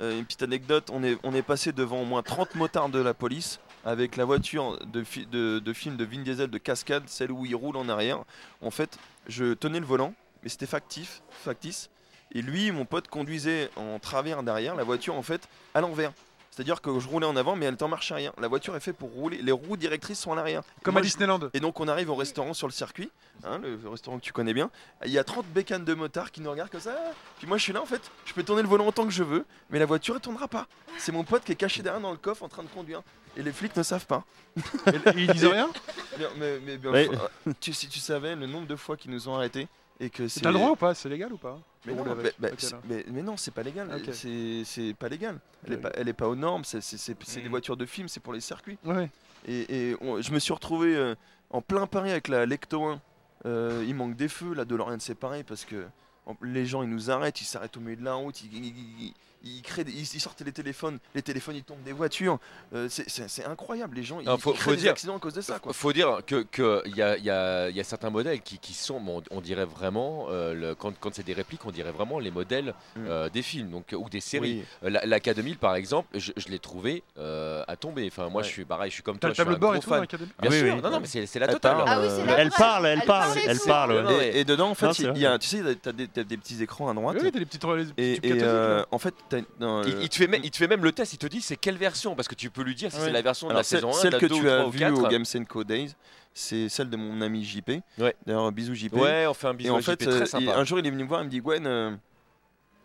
euh, une petite anecdote. On est on est passé devant au moins 30 motards de la police avec la voiture de, fi- de, de film de Vin Diesel de cascade, celle où il roule en arrière. En fait, je tenais le volant, mais c'était factif, factice. Et lui, mon pote, conduisait en travers derrière la voiture en fait à l'envers. C'est-à-dire que je roulais en avant, mais elle est en marche arrière. La voiture est faite pour rouler. Les roues directrices sont à l'arrière.
Comme
Moi,
à Disneyland.
et donc on arrive au restaurant sur le circuit, hein, le restaurant que tu connais bien. Il y a 30 bécanes de motards qui nous regardent comme ça. Puis moi je suis là en fait, je peux tourner le volant autant que je veux, mais la voiture elle tournera pas. C'est mon pote qui est caché derrière dans le coffre en train de conduire. Et les flics ne savent pas.
Et- et ils disaient rien
Mais, mais- mais- mais-
Ouais.
euh, tu, si tu savais le nombre de fois qu'ils nous ont arrêtés et que c'est.
T'as le droit ou pas C'est légal ou pas
Mais
de
non,
rouler
mais-
avec
mais-
Ok,
c'est-
là.
mais- mais non, c'est pas légal.
Ok. Euh,
C'est- C'est pas légal. Elle est
Ouais.
pas, elle est pas aux normes. c'est- C'est c'est- c'est des
Mm.
voitures de film, c'est pour les circuits.
Ouais.
Et, et on- je me suis retrouvé euh, en plein Paris avec la Lecto 1. Euh, il manque des feux, la DeLorean c'est pareil parce que en- les gens ils nous arrêtent, ils s'arrêtent au milieu de la route, ils, ils- ils- ils créent des- ils- ils sortent les téléphones, les téléphones ils tombent des voitures. Euh, c'est- c'est c'est incroyable, les gens ils,
Ah, faut-
ils créent
faut
des
dire-
accidents à cause de ça. Quoi.
Faut dire que qu'il y a, y a- y a certains modèles qui, qui sont, bon, on dirait vraiment, euh, le- quand, quand c'est des répliques, on dirait vraiment les modèles
Mm.
euh, des films donc, ou des séries.
Oui.
Euh, La, la K2000 par exemple, je, je l'ai trouvé euh, à tomber. Enfin, moi
Ouais.
je suis pareil, je suis comme
T'as
toi.
le
je suis
tableau
un
de bord
gros
et tout Ah dans
fan.
l'académie
Bien
Oui,
sûr,
oui.
non, non, mais c'est c'est la
Elle
totale. hein.
parle,
Ah oui, c'est la
euh,
Elle
vraie.
parle, elle parle,
et
elle
tout.
parle. ouais.
Non, mais-
Et, et dedans en fait,
Non,
il
c'est
y a, tu sais, t'as des, t'as des petits écrans à droite.
Oui, t'as les petits les petits
et
tubes
et,
cathodiques,
euh,
là.
en fait, t'as une- non,
Il,
euh,
il te fait même, il te fait même le test, il te dit c'est quelle version, parce que tu peux lui dire si
Ouais.
c'est la version de
Alors,
la saison 1,
celle
de la
que
2
tu
ou 3
as
ou
vue au
4.
Games Co Days, c'est celle de mon ami JP.
Ouais.
D'ailleurs, bisous JP.
Ouais, on fait un
Et
bisou.
en
à JP,
fait,
très
euh, il-
sympa.
un jour, il est venu me voir, il me dit Gwen, euh,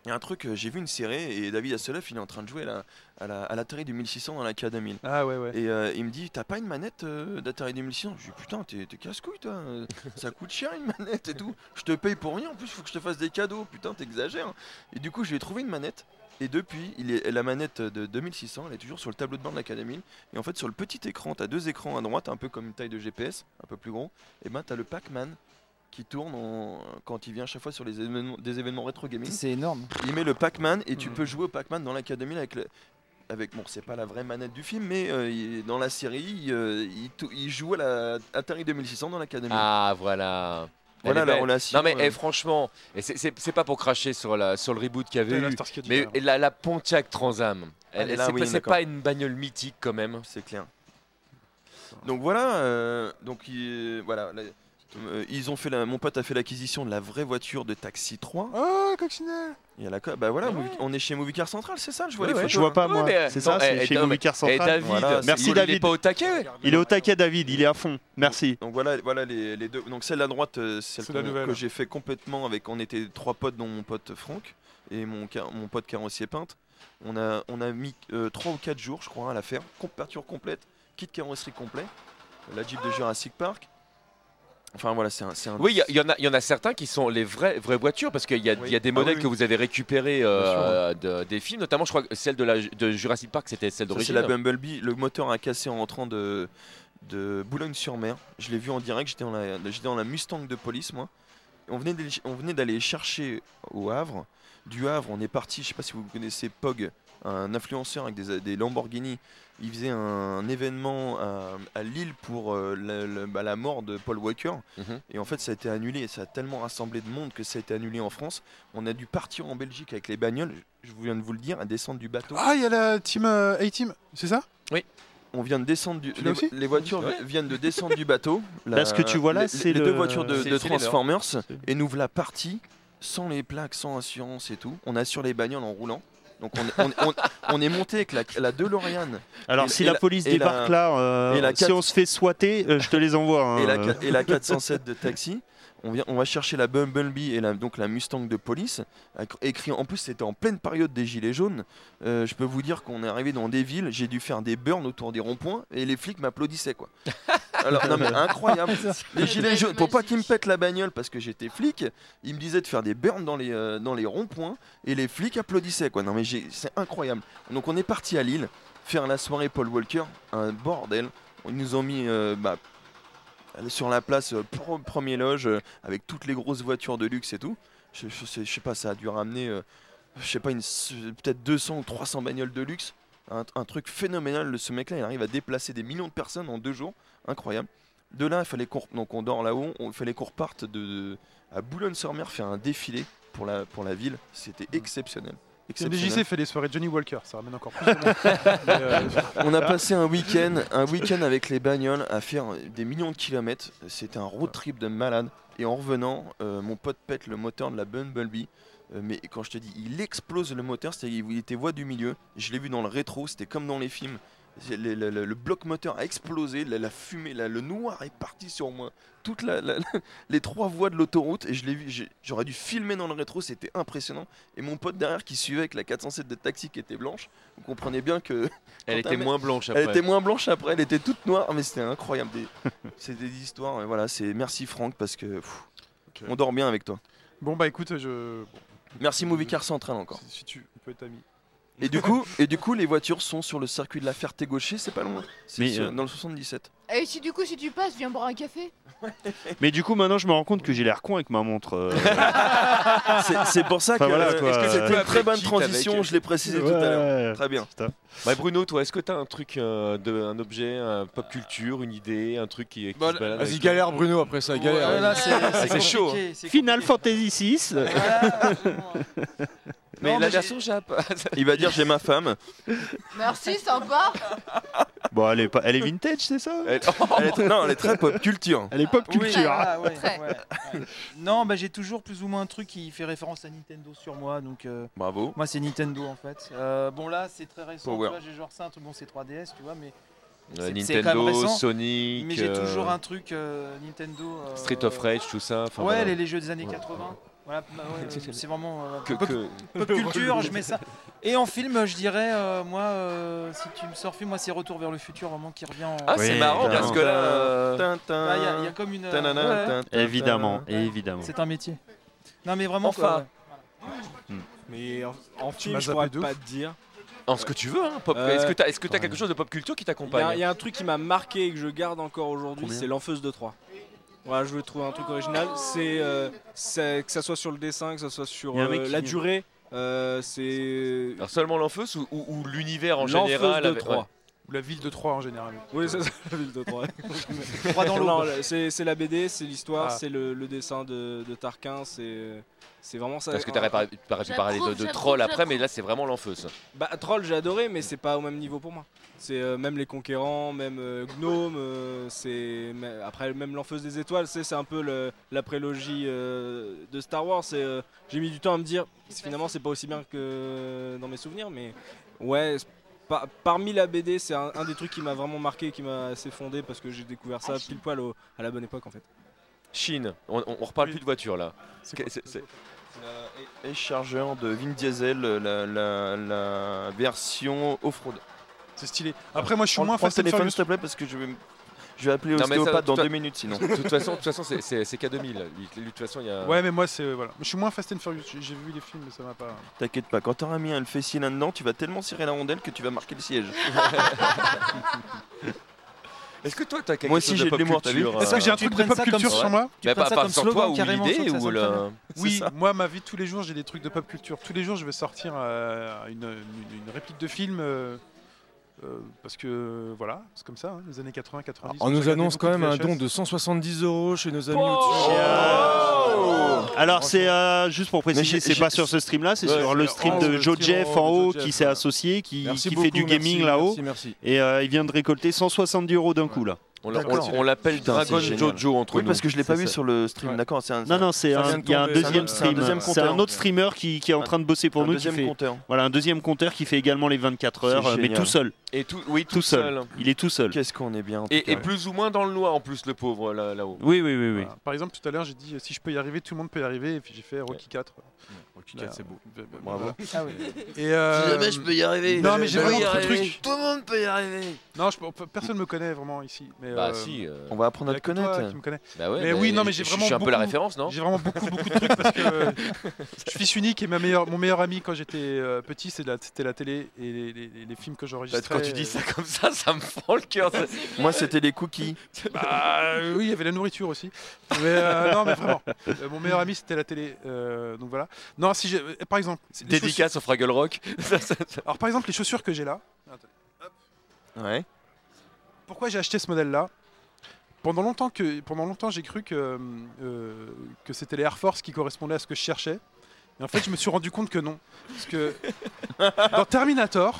il y a un truc, euh, j'ai vu une série et David Asseloff, il est en train de jouer à la, à la, à l'Atari du 1600 dans la K2000.
Ah ouais, ouais.
Et euh, il me dit T'as pas une manette euh, d'Atari 1600 Je lui dis Putain, t'es, t'es casse-couille, toi. euh, Ça coûte cher une manette et tout. Je te paye pour rien. En plus, faut que je te fasse des cadeaux. Putain, t'exagères. Et du coup, je lui ai trouvé une manette. Et depuis, il est, la manette de 2600, elle est toujours sur le tableau de bord de l'académie. Et en fait, sur le petit écran, t'as deux écrans à droite, un peu comme une taille de GPS, un peu plus gros. Et ben, t'as le Pac-Man qui tourne en- quand il vient à chaque fois sur les événements, des événements rétro gaming
C'est énorme.
il met le Pac-Man et tu
Mhm.
peux jouer au Pac-Man dans l'académie avec le- avec bon c'est pas la vraie manette du film mais euh, il- dans la série euh, il, tou- il joue à la Atari 2600 dans l'académie.
Ah voilà. Elle
voilà
est
la
belle.
relation.
Non mais
euh,
eh, franchement, et c'est- c'est c'est pas pour cracher sur, la, sur le reboot qu'il y avait
Putain, la
eu,
Starsky Hutch,
mais
d'ailleurs.
la, la Pontiac Transam,
Elle
elle,
est Ah, là,
c'est
oui,
pas- c'est
d'accord.
pas une bagnole mythique quand même.
c'est clair. Donc voilà euh, donc il- voilà la- euh, ils ont fait la- mon pote a fait l'acquisition de la vraie voiture de Taxi 3.
Oh, coccinelle
Il y a la co- bah voilà
Ouais.
Movie- on est chez Movie Car Central c'est ça je vois
Ouais,
les
ouais,
photos. hein.
Je vois pas,
Ouais,
moi.
mais-
C'est ça,
non,
c'est
eh,
chez
non, mais-
Movie Car
Et
Central.
David,
Voilà,
merci,
il est
David.
pas au taquet.
Il est au taquet, David, il est à fond. Merci.
Donc voilà, voilà les, les deux. Donc celle à droite, euh, celle
C'est la
qu'on-
nouvelle.
que j'ai fait complètement avec. On était trois potes, dont mon pote Franck et mon, car- mon pote carrossier peintre. On a, on a mis euh, trois ou quatre jours, je crois, à la faire. Com- Peinture complète, kit carrosserie complet, la Jeep de Jurassic Park. Enfin voilà, c'est un. c'est un-
Oui, il y a- il y, en a- il y en a certains qui sont les vraies, vraies voitures, parce qu'il y, a- il y a des modèles
oui,
que vous avez récupérés euh, de- des films, notamment je crois que celle de, la, de Jurassic Park, c'était celle
Ça, C'est
d'origine.
la Bumblebee. Le moteur a cassé en rentrant de, de Boulogne-sur-Mer. Je l'ai vu en direct. J'étais dans, la- j'étais dans la Mustang de police, moi. Et On venait d'aller- on venait d'aller chercher au Havre. Du Havre, on est parti. Je sais pas si vous connaissez Pog, un influenceur avec des, des Lamborghini. Il faisait un événement à, à Lille pour euh, la, la- bah, la mort de Paul Walker.
Mhm.
Et en fait, ça a été annulé. Et ça a tellement rassemblé de monde que ça a été annulé en France. On a dû partir en Belgique avec les bagnoles. Je je viens de vous le dire, à descendre du bateau.
Ah, il y a la team euh, A-Team, c'est ça
On vient de descendre du.
Tu
Les,
l'as aussi
les voitures vi- viennent de descendre du bateau.
Là, ce que tu vois là,
les-
c'est
les
le-
deux voitures de,
c'est-
de
c'est les leurs.
Transformers et nous voilà partis sans les plaques, sans assurance et tout. On assure les bagnoles en roulant. Donc on, on- on- on est monté avec la, la DeLorean
Alors
Et-
si
et
la
la-
police
et la-
débarque là, euh,
et la
si
quatre-
on se fait swatter, euh, je te les envoie. hein,
et la,
euh.
ca- et la 407 de taxi. On, vient, on va chercher la Bumblebee et la, donc la Mustang de police. Ac- Écrit, en plus, c'était en pleine période des Gilets jaunes. Euh, je peux vous dire qu'on est arrivé dans des villes, j'ai dû faire des burns autour des ronds-points et les flics m'applaudissaient. quoi. Alors, non, mais incroyable. les Gilets jaunes, pour pas qu'ils me pètent la bagnole parce que j'étais flic, ils me disaient de faire des burns dans les, euh, dans les ronds-points et les flics applaudissaient. quoi. Non, mais j'ai- c'est incroyable. Donc, on est parti à Lille faire la soirée Paul Walker. Un bordel. Ils nous ont mis euh, bah, sur la place, euh, pr- premier loge, euh, avec toutes les grosses voitures de luxe et tout. Je, je sais, je sais pas, ça a dû ramener, euh, je sais pas, une s- peut-être 200 ou 300 bagnoles de luxe. Un, un truc phénoménal, le- ce mec-là, il arrive à déplacer des millions de personnes en deux jours. Incroyable. De là, il fallait qu'on rep- donc on dort là-haut, on- il fallait qu'on reparte de, de- à Boulogne-sur-Mer faire un défilé pour la, pour la ville. C'était exceptionnel. Exceptionnel.
CDJC fait des soirées Johnny Walker, ça ramène encore plus. de monde. Mais, euh,
On a passé un week-end, un week-end avec les bagnoles à faire des millions de kilomètres. C'était un road trip de malade. Et en revenant, euh, mon pote pète le moteur de la Bumblebee. Euh, mais quand je te dis, il explose le moteur, c'est-à-dire il était voie du milieu. Je l'ai vu dans le rétro, c'était comme dans les films. C'est- Le, le- le- le bloc moteur a explosé, la, la fumée, la- le noir est parti sur moi. Toutes la- la- les trois voies de l'autoroute, et je l'ai vu, j'ai- j'aurais dû filmer dans le rétro, c'était impressionnant. Et mon pote derrière qui suivait avec la 407 de taxi qui était blanche, vous comprenez bien que
Elle
Quand
était
ta
moins blanche après.
elle était moins blanche après, elle était toute noire, Ah, mais c'était incroyable. Des- c'est des histoires, et voilà, c'est merci Franck parce que pff,
Ok.
on dort bien avec toi.
Bon, bah écoute, je. bon,
Merci Movie Car Central encore.
si- si tu on peut être ami.
Et du coup, et du coup, les voitures sont sur le circuit de la Ferté-Gaucher, c'est pas loin. C'est
Mais,
sur-
euh,
dans le 77.
Et si du coup, si tu passes, viens boire un café.
Mais du coup maintenant je me rends compte que j'ai l'air con avec ma montre. euh.
C'est- c'est pour ça que
Enfin, voilà,
euh,
quoi.
est-ce que
Euh,
c'était une très
avec
bonne
Jeep,
transition,
avec-
je l'ai précisé tout à l'heure.
Ouais.
Très bien.
Putain.
Ouais, Bruno, toi, est-ce que t'as un truc, euh, de, un objet, un pop culture, une idée, un truc qui, qui
Bon,
se balade
Vas-y,
avec-
galère Bruno, après ça, galère.
Ouais, là, c'est-
C'est chaud,
compliqué, c'est
Final
compliqué.
Fantasy 6.
Mais
Non,
la
mais
version Jap.
Il va dire j'ai ma femme.
Merci, sympa.
Bon elle est pas, elle est vintage c'est ça
Elle, elle est, non, elle est très pop culture.
Elle est pop
Oui,
culture.
ah, ouais,
Très.
ouais, ouais. Non, bah, j'ai toujours plus ou moins un truc qui fait référence à Nintendo sur moi. Donc, euh,
Bravo.
moi, c'est Nintendo en fait. Euh, bon, là, c'est très récent.
Power.
tu vois, J'ai genre ça, un truc. Bon, c'est 3DS, tu vois, mais,
Euh,
C'est- c'est quand
Nintendo,
même récent,
Sonic,
mais j'ai
euh,
toujours un truc euh, Nintendo. euh,
Street of Rage, tout ça. enfin,
ouais,
voilà.
les, les jeux des années
Ouais.
80. Voilà, bah, ouais, euh, c'est vraiment euh,
Que-
pop,
que-
pop culture, je mets ça. Et en film, je dirais, euh, moi, euh, si tu me sors film, moi, c'est Retour vers le futur, vraiment qui revient. en-
Ah,
Oui,
c'est marrant
évidemment.
parce que là.
Tin,
Ah,
tin,
Il y, a- il y a comme une. euh,
tanana,
ouais, ouais,
tin, tin,
Évidemment,
ah,
évidemment.
c'est un métier. Non, mais vraiment.
Enfin.
quoi, ouais.
Mais en, en film,
m'as
je pourrais
zappé de
pas te dire.
En ce que tu veux, hein, pop-
Euh,
Est-ce que t'as est-ce que t'as
ouais.
quelque chose de pop culture qui
Il y, a- il
t'accompagne
y a un truc qui m'a marqué et que je garde encore aujourd'hui,
Combien
c'est l'enfeuse de Troie. Voilà, je veux trouver un truc original. C'est euh, c'est- que ça soit sur le dessin, que ça soit sur
Il y a un mec
euh, la
qui-
durée. euh, c'est
Alors seulement l'enfeuse ou, ou- ou l'univers en
l'enfeuse
général
de
avec-
Troie.
ouais.
Ou la ville de Troyes en général.
Oui, c'est ça, la ville de Troyes.
euh, Droit dans l'eau.
Non, là, c'est c'est la BD, c'est l'histoire,
Ah.
c'est le, le dessin de, de Tarquin, c'est c'est vraiment ça.
Parce que t'aurais pas- t'aurais pu parler de, de
J'approuve,
troll
j'approuve,
après, mais là c'est vraiment l'enfeuse.
Bah, Troll, j'ai adoré, mais c'est pas au même niveau pour moi. C'est euh, même les conquérants, même euh, Gnome, euh, c'est mais après même l'enfeuse des étoiles, c'est c'est un peu le- la prélogie euh, de Star Wars. c'est, euh, j'ai mis du temps à me dire, c'est- finalement c'est pas aussi bien que dans mes souvenirs, mais ouais. c'est par- parmi la BD, c'est un, un des trucs qui m'a vraiment marqué, qui m'a assez fondé parce que j'ai découvert ça pile poil au- à la bonne époque en fait.
Chine, on, on- on reparle
Oui.
plus de voiture là. Que- c'est- c'est-
et chargeur de Vin Diesel, euh, la, la- la version off-road.
C'est stylé. Après, moi, je suis
Prends-
moins
prends le
Fast and
téléphone,
Furious.
s'il te plaît, parce que je vais. me- Je vais appeler
Non, mais ça,
ostéopathe dans
toi-
deux minutes sinon.
De toute façon, de toute façon, c'est- c'est c'est K2000. Lui, lui, de toute façon, il y a.
Ouais, mais moi, c'est. Voilà. Je suis moins Fast and Furious. J'ai j'ai vu les films, mais ça m'a pas.
T'inquiète pas, quand t'auras mis un le fessier là-dedans, tu vas tellement serrer la rondelle que tu vas marquer le siège.
Est-ce que toi, t'as quelque
Moi
chose
aussi, j'ai de
pop
l'humour, t'as vu
culture,
Est-ce que j'ai un
tu
truc de
prennes
pop
ça comme
culture
ça,
sur moi
Mais
Tu
pas,
prends ça
pas
comme
sur
slogan,
toi ou
carrément, je
l'idée ou
trouve ça, ça me
le.
Oui,
ça.
moi, ma vie de tous les jours, j'ai des trucs de pop culture. Tous les jours, je vais sortir euh, une, une- une réplique de film. euh, euh, parce que voilà, c'est comme ça, hein, les années 80, 90.
Ah, On nous
regardait
annonce
beaucoup
quand même un
VHS.
don de 170 euros chez nos
Oh
amis.
Oh Alors c'est euh, juste pour préciser,
j'ai-
c'est
j'ai-
pas sur ce stream là, c'est
Ouais,
sur
c'est-
le stream
oh,
de
le
Joe
stream
Jeff
en
en
haut,
haut
Joe
qui
Jeff,
s'est
ouais.
associé, qui,
Merci
qui
beaucoup,
fait du gaming
merci,
là-haut
Merci, merci.
et euh, il vient de récolter 170 euros d'un coup là.
On l'a-
D'accord.
on- on l'appelle
Putain,
Dragon
c'est génial.
Jojo entre
Oui,
nous.
parce que je l'ai pas
C'est
vu
ça.
sur le stream, d'accord c'est un-
Non, non, c'est
Ça vient
un,
de
il y a un
tomber, ça
deuxième
vient de- c'est un
stream.
deuxième
C'est un
compteur.
autre streamer qui, qui est en train de bosser pour
un
nous. qui
deuxième
fait-
compteur.
voilà, un deuxième compteur qui fait également les 24 heures,
C'est
euh, mais
génial.
tout seul.
Et tout, oui,
Tout seul. Il est tout seul.
Qu'est-ce qu'on est bien. en tout
Et, et
cas.
plus ou moins dans le noir en plus, le pauvre là- là-haut.
Oui, oui, oui, oui.
Voilà. Par exemple, tout à l'heure, j'ai dit euh, si je peux y arriver, tout le monde peut y arriver. Et puis j'ai fait Rocky 4.
Ok, C'est beau.
Bravo.
Ah oui.
Et euh,
y arriver.
Non, mais j'ai
Je peux
vraiment
y
trop de
arriver.
trucs.
Tout le monde peut y arriver.
non, je- personne me connaît vraiment ici. Mais,
Bah
euh,
si. euh,
On va
il y
apprendre
a
à te
que toi
connaître.
qui me connais.
bah ouais,
mais oui, non, mais j'ai
je-
vraiment
Je suis un peu la
beaucoup-
référence, non
J'ai vraiment beaucoup, beaucoup de trucs parce que euh, je suis fils unique et ma meilleure, mon meilleur ami quand j'étais euh, petit, c'est la- c'était la, télé et les, les- les- les films que
Bah,
j'enregistrais.
Quand tu dis ça comme ça, ça me fend le cœur. ça.
Moi, c'était les cookies.
Bah, euh, oui, il y avait la nourriture aussi. Mais, euh, non, mais vraiment. Euh, mon meilleur ami, c'était la télé. euh, donc voilà. Non, si j'ai. euh, Par exemple. les chaussures-
Dédicace au Fraggle Rock. Ça, ça- ça-
Alors, par exemple, les chaussures que j'ai là.
Ouais.
Pourquoi j'ai acheté ce modèle-là pendant longtemps, que, pendant longtemps, j'ai cru que, euh, euh, que c'était les Air Force qui correspondaient à ce que je cherchais. Et en fait, je me suis rendu compte que non. Parce que dans Terminator,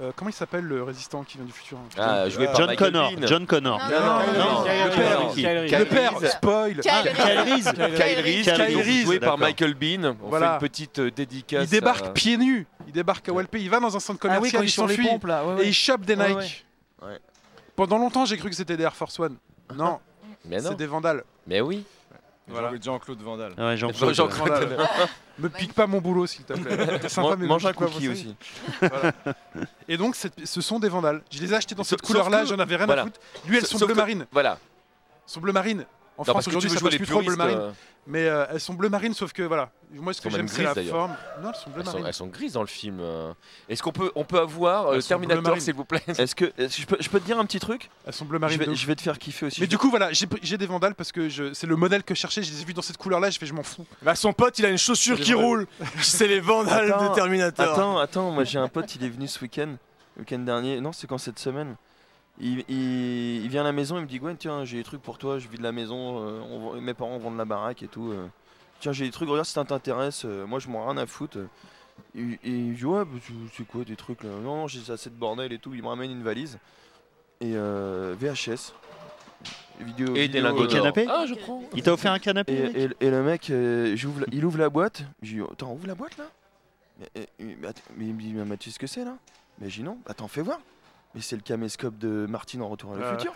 euh, comment il s'appelle le résistant qui vient du futur hein
Ah, joué par
John
Michael
Connor.
Bean.
John Connor.
Non,
Non, non,
non, non.
non, le père.
Qui-
Le
Kyle
père,
Reese.
spoil
Kyle Reese.
Kyle Reese.
Kyle Reese,
Kyle
qui est donc
Reese,
joué par
d'accord.
Michael Bean. On
Voilà.
fait une petite euh, dédicace.
Ah, Il débarque
à-
pieds nus. Il débarque à Walpé. Il va dans un centre
Ah oui,
commercial.
quand
il
ils sont les
s'enfuit.
pompes là. ouais,
Et
ouais.
il chope des
Ouais,
Nike.
Ouais.
Pendant longtemps, j'ai cru que c'était des Air Force One. Non,
Mais non.
c'est des vandales.
Mais oui.
Voilà.
Jean- Jean-Claude Vandal.
Ouais, Jean-
Jean- Jean- Jean-
Vandales. me pique pas mon boulot, s'il te plaît. T'es sympa,
Man-
mais me
Mange un
pique pas
cookie
mon
aussi.
Et donc, c'est- ce sont des vandales. Je les ai achetés dans
Sauf-
cette
sauf
couleur-là,
que-
j'en avais rien
voilà.
à foutre. Lui, elles
Sauf-
sont
sauf
bleu
que-
marine.
Voilà.
Sont bleu marine. En
Non,
France,
parce que tu
aujourd'hui,
veux
ça
jouer
passe
les
plus trop bleu
puristes.
marine.
euh,
Mais euh, elles sont bleu marine, sauf que voilà. Moi, ce que
sont même
j'aime, c'est la
grises, d'ailleurs.
forme. Non, elles sont bleu
Elles sont,
marine.
elles sont grises dans le film. euh. Est-ce qu'on peut, on peut avoir euh,
Elles sont bleu
Terminator,
marine.
s'il vous plaît
Est-ce que est-ce que je peux, je peux te dire un petit truc
Elles sont bleu
je
marine. de
vais,
ouf.
je vais te faire kiffer aussi.
Mais du coup, voilà, j'ai j'ai des vandales parce que je- c'est le modèle que je cherchais. Je les ai vus dans cette couleur-là, je fais, je m'en fous.
Bah, son pote, il a une chaussure qui roule. C'est les Vandal
Attends,
de Terminator.
Attends, attends, moi j'ai un pote, il est venu ce week-end, le week-end dernier, non c'est quand cette semaine il, il- il vient à la maison, il me dit Gwen, tiens, j'ai des trucs pour toi, je vis de la maison, euh, on vend- mes parents vendent la baraque et tout. euh. Tiens, j'ai des trucs, regarde si ça t'intéresse, euh, moi je m'en ai rien à foutre. Et, et il dit Ouais, bah, tu- c'est quoi des trucs là Non, non, j'ai assez de bordel et tout. Il me ramène une valise et euh, VHS. Vidéo,
Et des
vidéo,
lingots
euh,
d'or.
canapé
Ah, je prends.
Il t'a offert un canapé mec
et, et- et le mec, euh, j'ouvre la- il ouvre la boîte. J'ai dit, attends, ouvre la boîte là mais, euh, euh, mais att- mais il me dit, mais Mathieu, ce que c'est là Mais j'ai dit non, attends, fais voir. Mais c'est le caméscope de Martine en Retour à le
Ouais.
futur.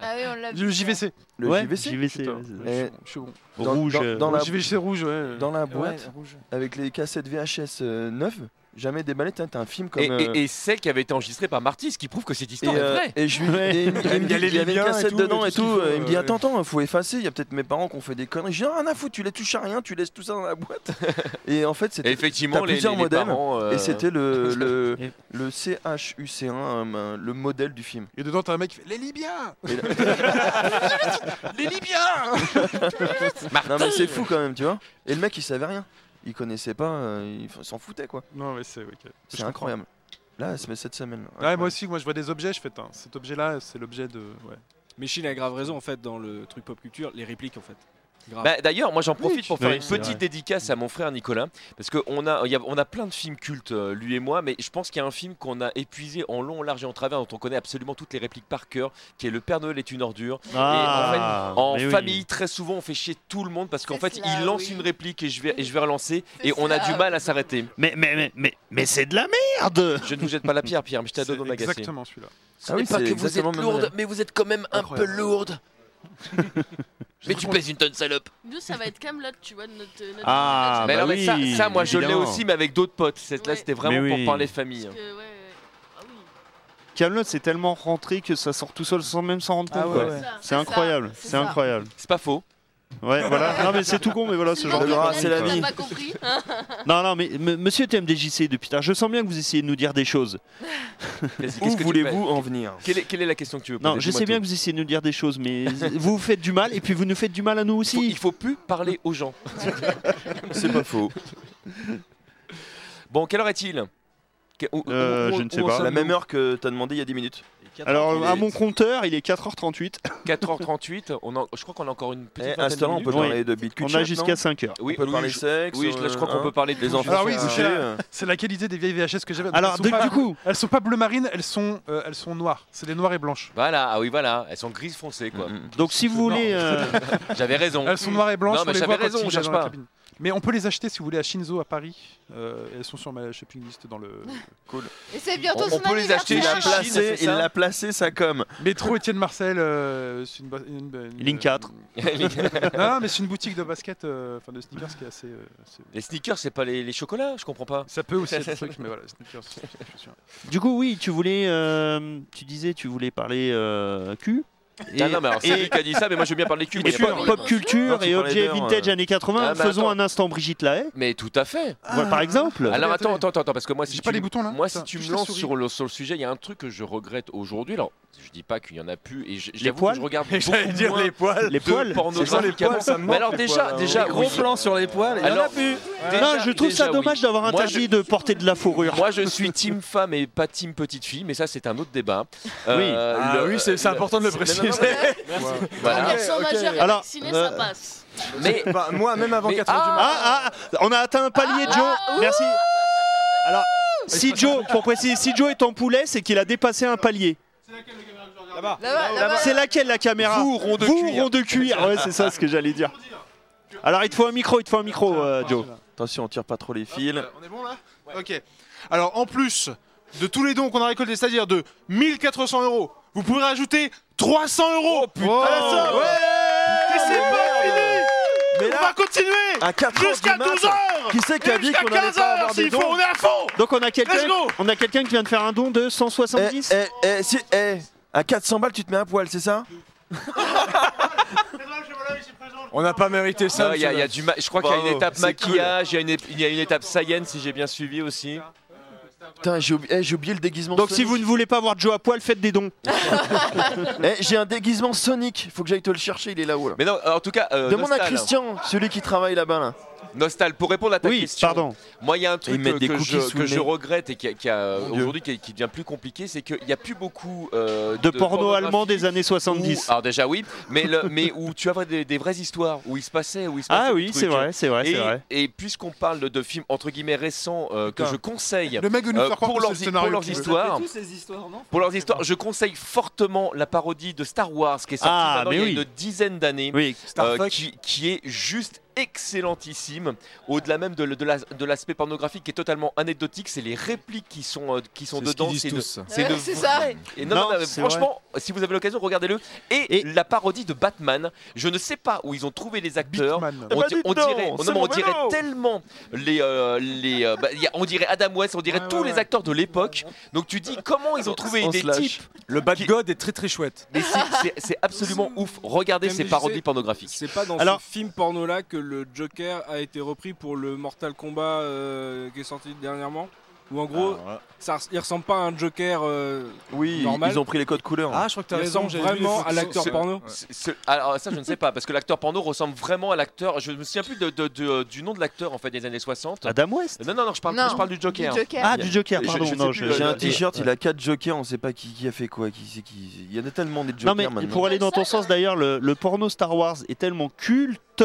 Ah oui, on l'a vu.
Le JVC.
Le
Ouais,
JVC.
JVC,
Putain,
ouais, c'est-
je suis
Eh,
bon, je suis bon.
dans-
Rouge.
dans-
euh,
dans la-
JVC rouge, ouais.
Dans la
ouais, ouais,
boîte,
rouge.
avec les cassettes VHS euh, neuves, jamais déballées, t'as t'as un film comme.
Et,
euh,
et, et celle qui avait été enregistrée par Marty, ce qui prouve que cette
et,
histoire est
euh,
vraie.
et je lui et il me dit- il me
Il
dit,
y a les
il y avait une
Libyens et
cassette
tout,
dedans
et
et
tout ce qu'il
tout.
faut,
euh, il me dit
euh,
attends, attends, faut effacer. Il y a peut-être mes parents qui ont fait des conneries. J'ai dis rien à foutre, tu les touches à rien, tu laisses tout ça dans la boîte. Et en fait,
Et
c'était
effectivement,
t'as
les, les,
plusieurs
les
modèles,
parents. euh,
Et c'était le, le,
Yep.
le CHUC1, euh, le modèle du film.
Et dedans, t'as un mec qui fait Les Libyens
Et là-
Les Libyens
non mais c'est fou quand même, tu vois. Et le mec il savait rien. Il connaissait pas, euh, il f- s'en foutait quoi.
Non, mais c'est. ok.
C'est incroyable. Là, c'est cette semaine.
Ouais, moi aussi, moi je vois des objets, je fais. Tain, cet objet-là, c'est l'objet de. Ouais.
Mais Chine a grave raison en fait dans le truc pop culture, les répliques en fait. Grave.
Bah, D'ailleurs, moi j'en profite pour faire
Oui,
une
c'est
petite
vrai.
dédicace à mon frère Nicolas, parce qu'on a, il y a- on a plein de films cultes, euh, lui et moi, mais je pense qu'il y a un film qu'on a épuisé en long, en large et en travers, dont on connaît absolument toutes les répliques par cœur, qui est Le Père Noël est une ordure. et
Ah,
en fait, en
mais oui.
famille, très souvent, on fait chier tout le monde parce qu'en
C'est
fait,
cela,
il lance
oui.
une réplique et je vais, et je vais relancer,
C'est
et on a
cela.
du mal à s'arrêter.
Mais, mais, mais, mais, mais c'est de la merde
Je ne vous jette pas la pierre, Pierre, mais je t'adore dans la
Exactement celui-là.
Ce
Ah
n'est
oui,
pas
c'est
que vous
exactement
êtes
le même
lourde,
modèle.
mais vous êtes quand même un
Incroyable.
peu lourde. mais tu pèses une tonne salope.
Nous, ça va être Camelot, tu vois, notre. notre
Ah,
notre-
mais
bah
non, mais ça,
oui,
ça, moi je l'ai
évidemment.
aussi, hein. mais avec d'autres potes. Cette, Là,
Ouais.
c'était vraiment
Mais
pour
oui.
parler
Parce
famille.
que, ouais, ouais. Ah oui.
Camelot c'est tellement rentré que ça sort tout seul sans même s'en rendre compte.
Ah
quoi.
ouais.
ça,
C'est incroyable,
ça,
c'est
ça.
incroyable.
C'est pas faux.
Ouais, voilà. Non mais c'est tout con, mais voilà ce genre de.
Laura,
conneries,
c'est la
quoi.
vie.
T'as pas compris hein
Non, non, mais m- Monsieur TMDJC depuis tard, je sens bien que vous essayez de nous dire des choses.
Vas-y,
Où
qu'est-ce que tu
voulez-vous en venir
fais quelle est, quelle est la question que tu veux poser
Non, je sais bien que vous essayez de nous dire des choses, mais vous vous faites du mal et puis vous nous faites du mal à nous
Il faut, il
aussi.
faut plus parler aux gens.
C'est pas faux.
Bon, quelle heure est-il Que- où-
Euh,
où-
je
où-
ne sais
où en
pas.
À la
sommes-nous
même heure que t'as demandé il y a 10 minutes.
Alors,
Il
à
est-
mon compteur, il est 4h38.
4h38, on en- je crois qu'on a encore une petite
Eh, à
vingtaine
ce
de
temps-là, on peut
minutes.
Oui.
parler de Bitcoin.
On a jusqu'à 5h.
Oui,
on peut
oui,
parler
je-
sexe.
oui, je- là, je crois
euh,
qu'on peut parler de
Les
tout.
enfants,
Ah oui,
sont
c'est
couchés,
la-
euh.
C'est la qualité des vieilles VHS que j'avais. Donc,
Alors,
elles sont
du,
pas-
du coup,
elles sont pas bleu marine, elles sont, euh, elles sont noires. C'est les noires et blanches.
Voilà, ah oui, voilà, elles sont grises foncées quoi.
Mm, mm.
donc si vous voulez. euh,
J'avais raison.
Elles sont noires et blanches.
Mm.
on
Non, mais
les
j'avais
voit quand
raison,
il
on
est
cherche
dans la
pas.
cabine. Mais on peut les acheter si vous voulez à Shinzo à Paris. Euh, elles sont sur ma shopping list dans le
Et c'est
On-
bientôt
on
son
peut les acheter
Il
chez
a
anniversaire.
Ah, Chine,
placé,
c'est
il
ça
a placé sa com.
métro Étienne Marcel. euh, c'est une, ba- une- une-
Ligne 4.
Non, mais c'est une boutique de basket, euh, enfin de sneakers qui est assez. euh, assez-
les sneakers, c'est pas les, les chocolats, je comprends pas.
Ça peut aussi être un truc, mais voilà, sneakers. je suis sûr.
Du coup, oui, tu voulais. euh, tu disais, tu voulais parler euh, cul. Et,
Ah non, mais alors c'est lui qui a dit ça, mais moi je veux bien parler cul.
et
Mais, il y a
pop,
pas-
sûr.
pop
Non,
culture
tu
et
parlais
objets
d'heures,
vintage
euh.
années 80.
Ah, mais
Faisons
attends. Ah,
un instant Brigitte Lahaye,
mais tout à fait.
voilà, par exemple.
Alors
Attendez,
attends,
attendez.
attends, attends, parce que moi, si
J'ai
tu,
pas les boutons là.
moi, si
Putain,
tu me
juste la
lances
souris.
sur le, sur le sujet, il y a un truc que je regrette aujourd'hui. Alors, je dis pas qu'il y en a plus, et je,
Les
j'avoue que
poils
je regarde
J'allais
beaucoup
dire
moins
les poils.
les
de
poils.
pornographies
C'est ça, les poils,
qu'avant.
ça me
Mais
manque,
alors
les
déjà,
poils, hein.
déjà,
Les
oui.
plan sur les poils. il y en a
Alors,
plus.
Non,
Déjà-
je trouve ça
déjà,
dommage
oui.
d'avoir
Moi,
interdit de porter de la fourrure.
Moi, je suis team femme et pas team petite fille, mais ça, c'est un autre débat. Euh,
Ah
le-
oui, c'est c'est
le-
important de le
c'est-
préciser.
non, non, non, Voilà.
Ok,
Sans
ok.
majeur et
Alors,
vacciné,
euh,
ça passe.
Mais
Bah, moi, même avant
Mais-
4 heures du
ah,
matin.
Ah, ah, on a atteint un palier, Joe. Merci. Alors, si Joe, pour préciser, si Joe est en poulet, c'est qu'il a dépassé un palier.
Là-bas.
Là-bas, là-bas.
C'est laquelle la caméra Vous, rond de cuir. Ouais, c'est ça ce que j'allais dire. Alors, il te faut un micro, il te faut un micro, euh, Joe.
Attention, on tire pas trop les
Euh,
fils.
Euh, On est bon là Ok. Alors en plus de tous les dons qu'on a récoltés, c'est-à-dire de 1400 euros, vous pourrez rajouter 300 euros
Oh,
à la somme. Et c'est
Ah,
pas fini
Mais
On
là,
va continuer
à 4 heures
Jusqu'à
du mat,
12h
qui c'est qui a dit
Jusqu'à
qu'on allait pas
15h
avoir des
s'il faut,
dons
on est à fond
Donc, on a
Let's
quelqu'un
go
on a quelqu'un qui vient de faire un don de
Eh,
170.
eh, eh, si, eh, à 400 balles, tu te mets à poil, c'est ça
On n'a pas mérité
Ah,
ça.
ça, Ah, il y a, il y a du ma- je crois qu'il y a une
Bravo,
étape
c'est
maquillage, il y a une ép- il y, a une étape science, si j'ai bien suivi aussi.
Putain, j'ai oublié, eh, j'ai oublié le déguisement
Donc, si
Sonic.
vous ne voulez pas voir Joe à poil, faites des dons.
Eh, j'ai un déguisement Sonic, faut que j'aille te le chercher, il est là-haut. Là.
Mais non, en tout cas, euh,
Demande à
Nostal.
Christian, celui qui travaille là-bas. Là.
Nostal, pour répondre à ta
Oui,
question,
pardon.
moi il y a un truc
ils mettent
euh,
des
que,
cookies
je,
sous
que
le
je
nez.
regrette et qui, a- qui a-
Mon Dieu.
aujourd'hui qui, qui devient plus compliqué, c'est qu'il n'y a plus beaucoup euh,
De porno
pornographie
allemand des années
où-
70.
alors déjà oui, mais, le- mais où tu avais des, des vraies histoires, où il se passait, où il se passait
Ah
des
oui,
trucs.
c'est vrai, c'est vrai, c'est
Et,
vrai.
et puisqu'on parle de, de films entre guillemets récents euh, que
Putain.
je conseille
Le mec veut nous
euh,
faire croire
pour
que
leurs,
c'est le
hi-
scénario
pour leurs
qu'il veut.
histoires,
ces histoires, non
Pour leurs histoires, je conseille fortement la parodie de Star Wars qui est sortie
Ah,
maintenant
mais
il y a
oui.
une dizaine d'années,
Oui,
euh, qui, qui est juste excellentissime, au-delà même de, le- de la- de l'aspect pornographique qui est totalement anecdotique, c'est les répliques qui sont, euh, qui sont
C'est ce qu'ils
dedans.
disent
de-
tous.
c'est de
Ouais, c'est ça.
vrai. Et non,
Non,
non, non, mais
c'est
franchement, si vous avez l'occasion, regardez-le. Et,
Et-
la parodie de Batman, je ne sais pas où ils ont trouvé les acteurs.
Bitman.
On,
bah
di-
dites
on
donc,
dirait, on-
c'est
non, mais on
mon
dirait
vélo.
tellement les, euh, les euh, bah, y a- on dirait Adam West, on dirait tous les acteurs de l'époque. Donc tu dis comment ils ont trouvé
On
des
se lâche.
types
Le Bad God est très très chouette.
mais c'est- c'est- c'est absolument ouf. Regardez ces
MDJC.
parodies pornographiques.
C'est pas dans
Alors-
ce film porno là que le Joker a été repris pour le Mortal Kombat euh, qui est sorti dernièrement Ou en gros, ça, res- il ressemble pas à un Joker. euh,
Oui,
Normal.
ils ont pris les codes couleurs.
Ah, je crois que t'as
Il
raison.
ressemble
j'avais vu les
vraiment
photos.
à l'acteur
C'est-
porno.
Ouais.
C'est- c'est- Alors ça je ne sais pas parce que l'acteur porno ressemble vraiment à l'acteur. Je me souviens plus de- de- de- du nom de l'acteur en fait des années 60.
Adam West.
Non non non je parle,
Non,
je parle du Joker.
Ah, du Joker,
Je-
pardon.
je sais
non,
plus,
je-
euh,
J'ai un
Ouais.
t-shirt, il a 4 jokers, on sait pas qui, qui a fait quoi, qui c'est qui. Il y en a tellement des jokers
Non mais
maintenant.
pour aller dans ton sens d'ailleurs, le, le porno Star Wars est tellement culte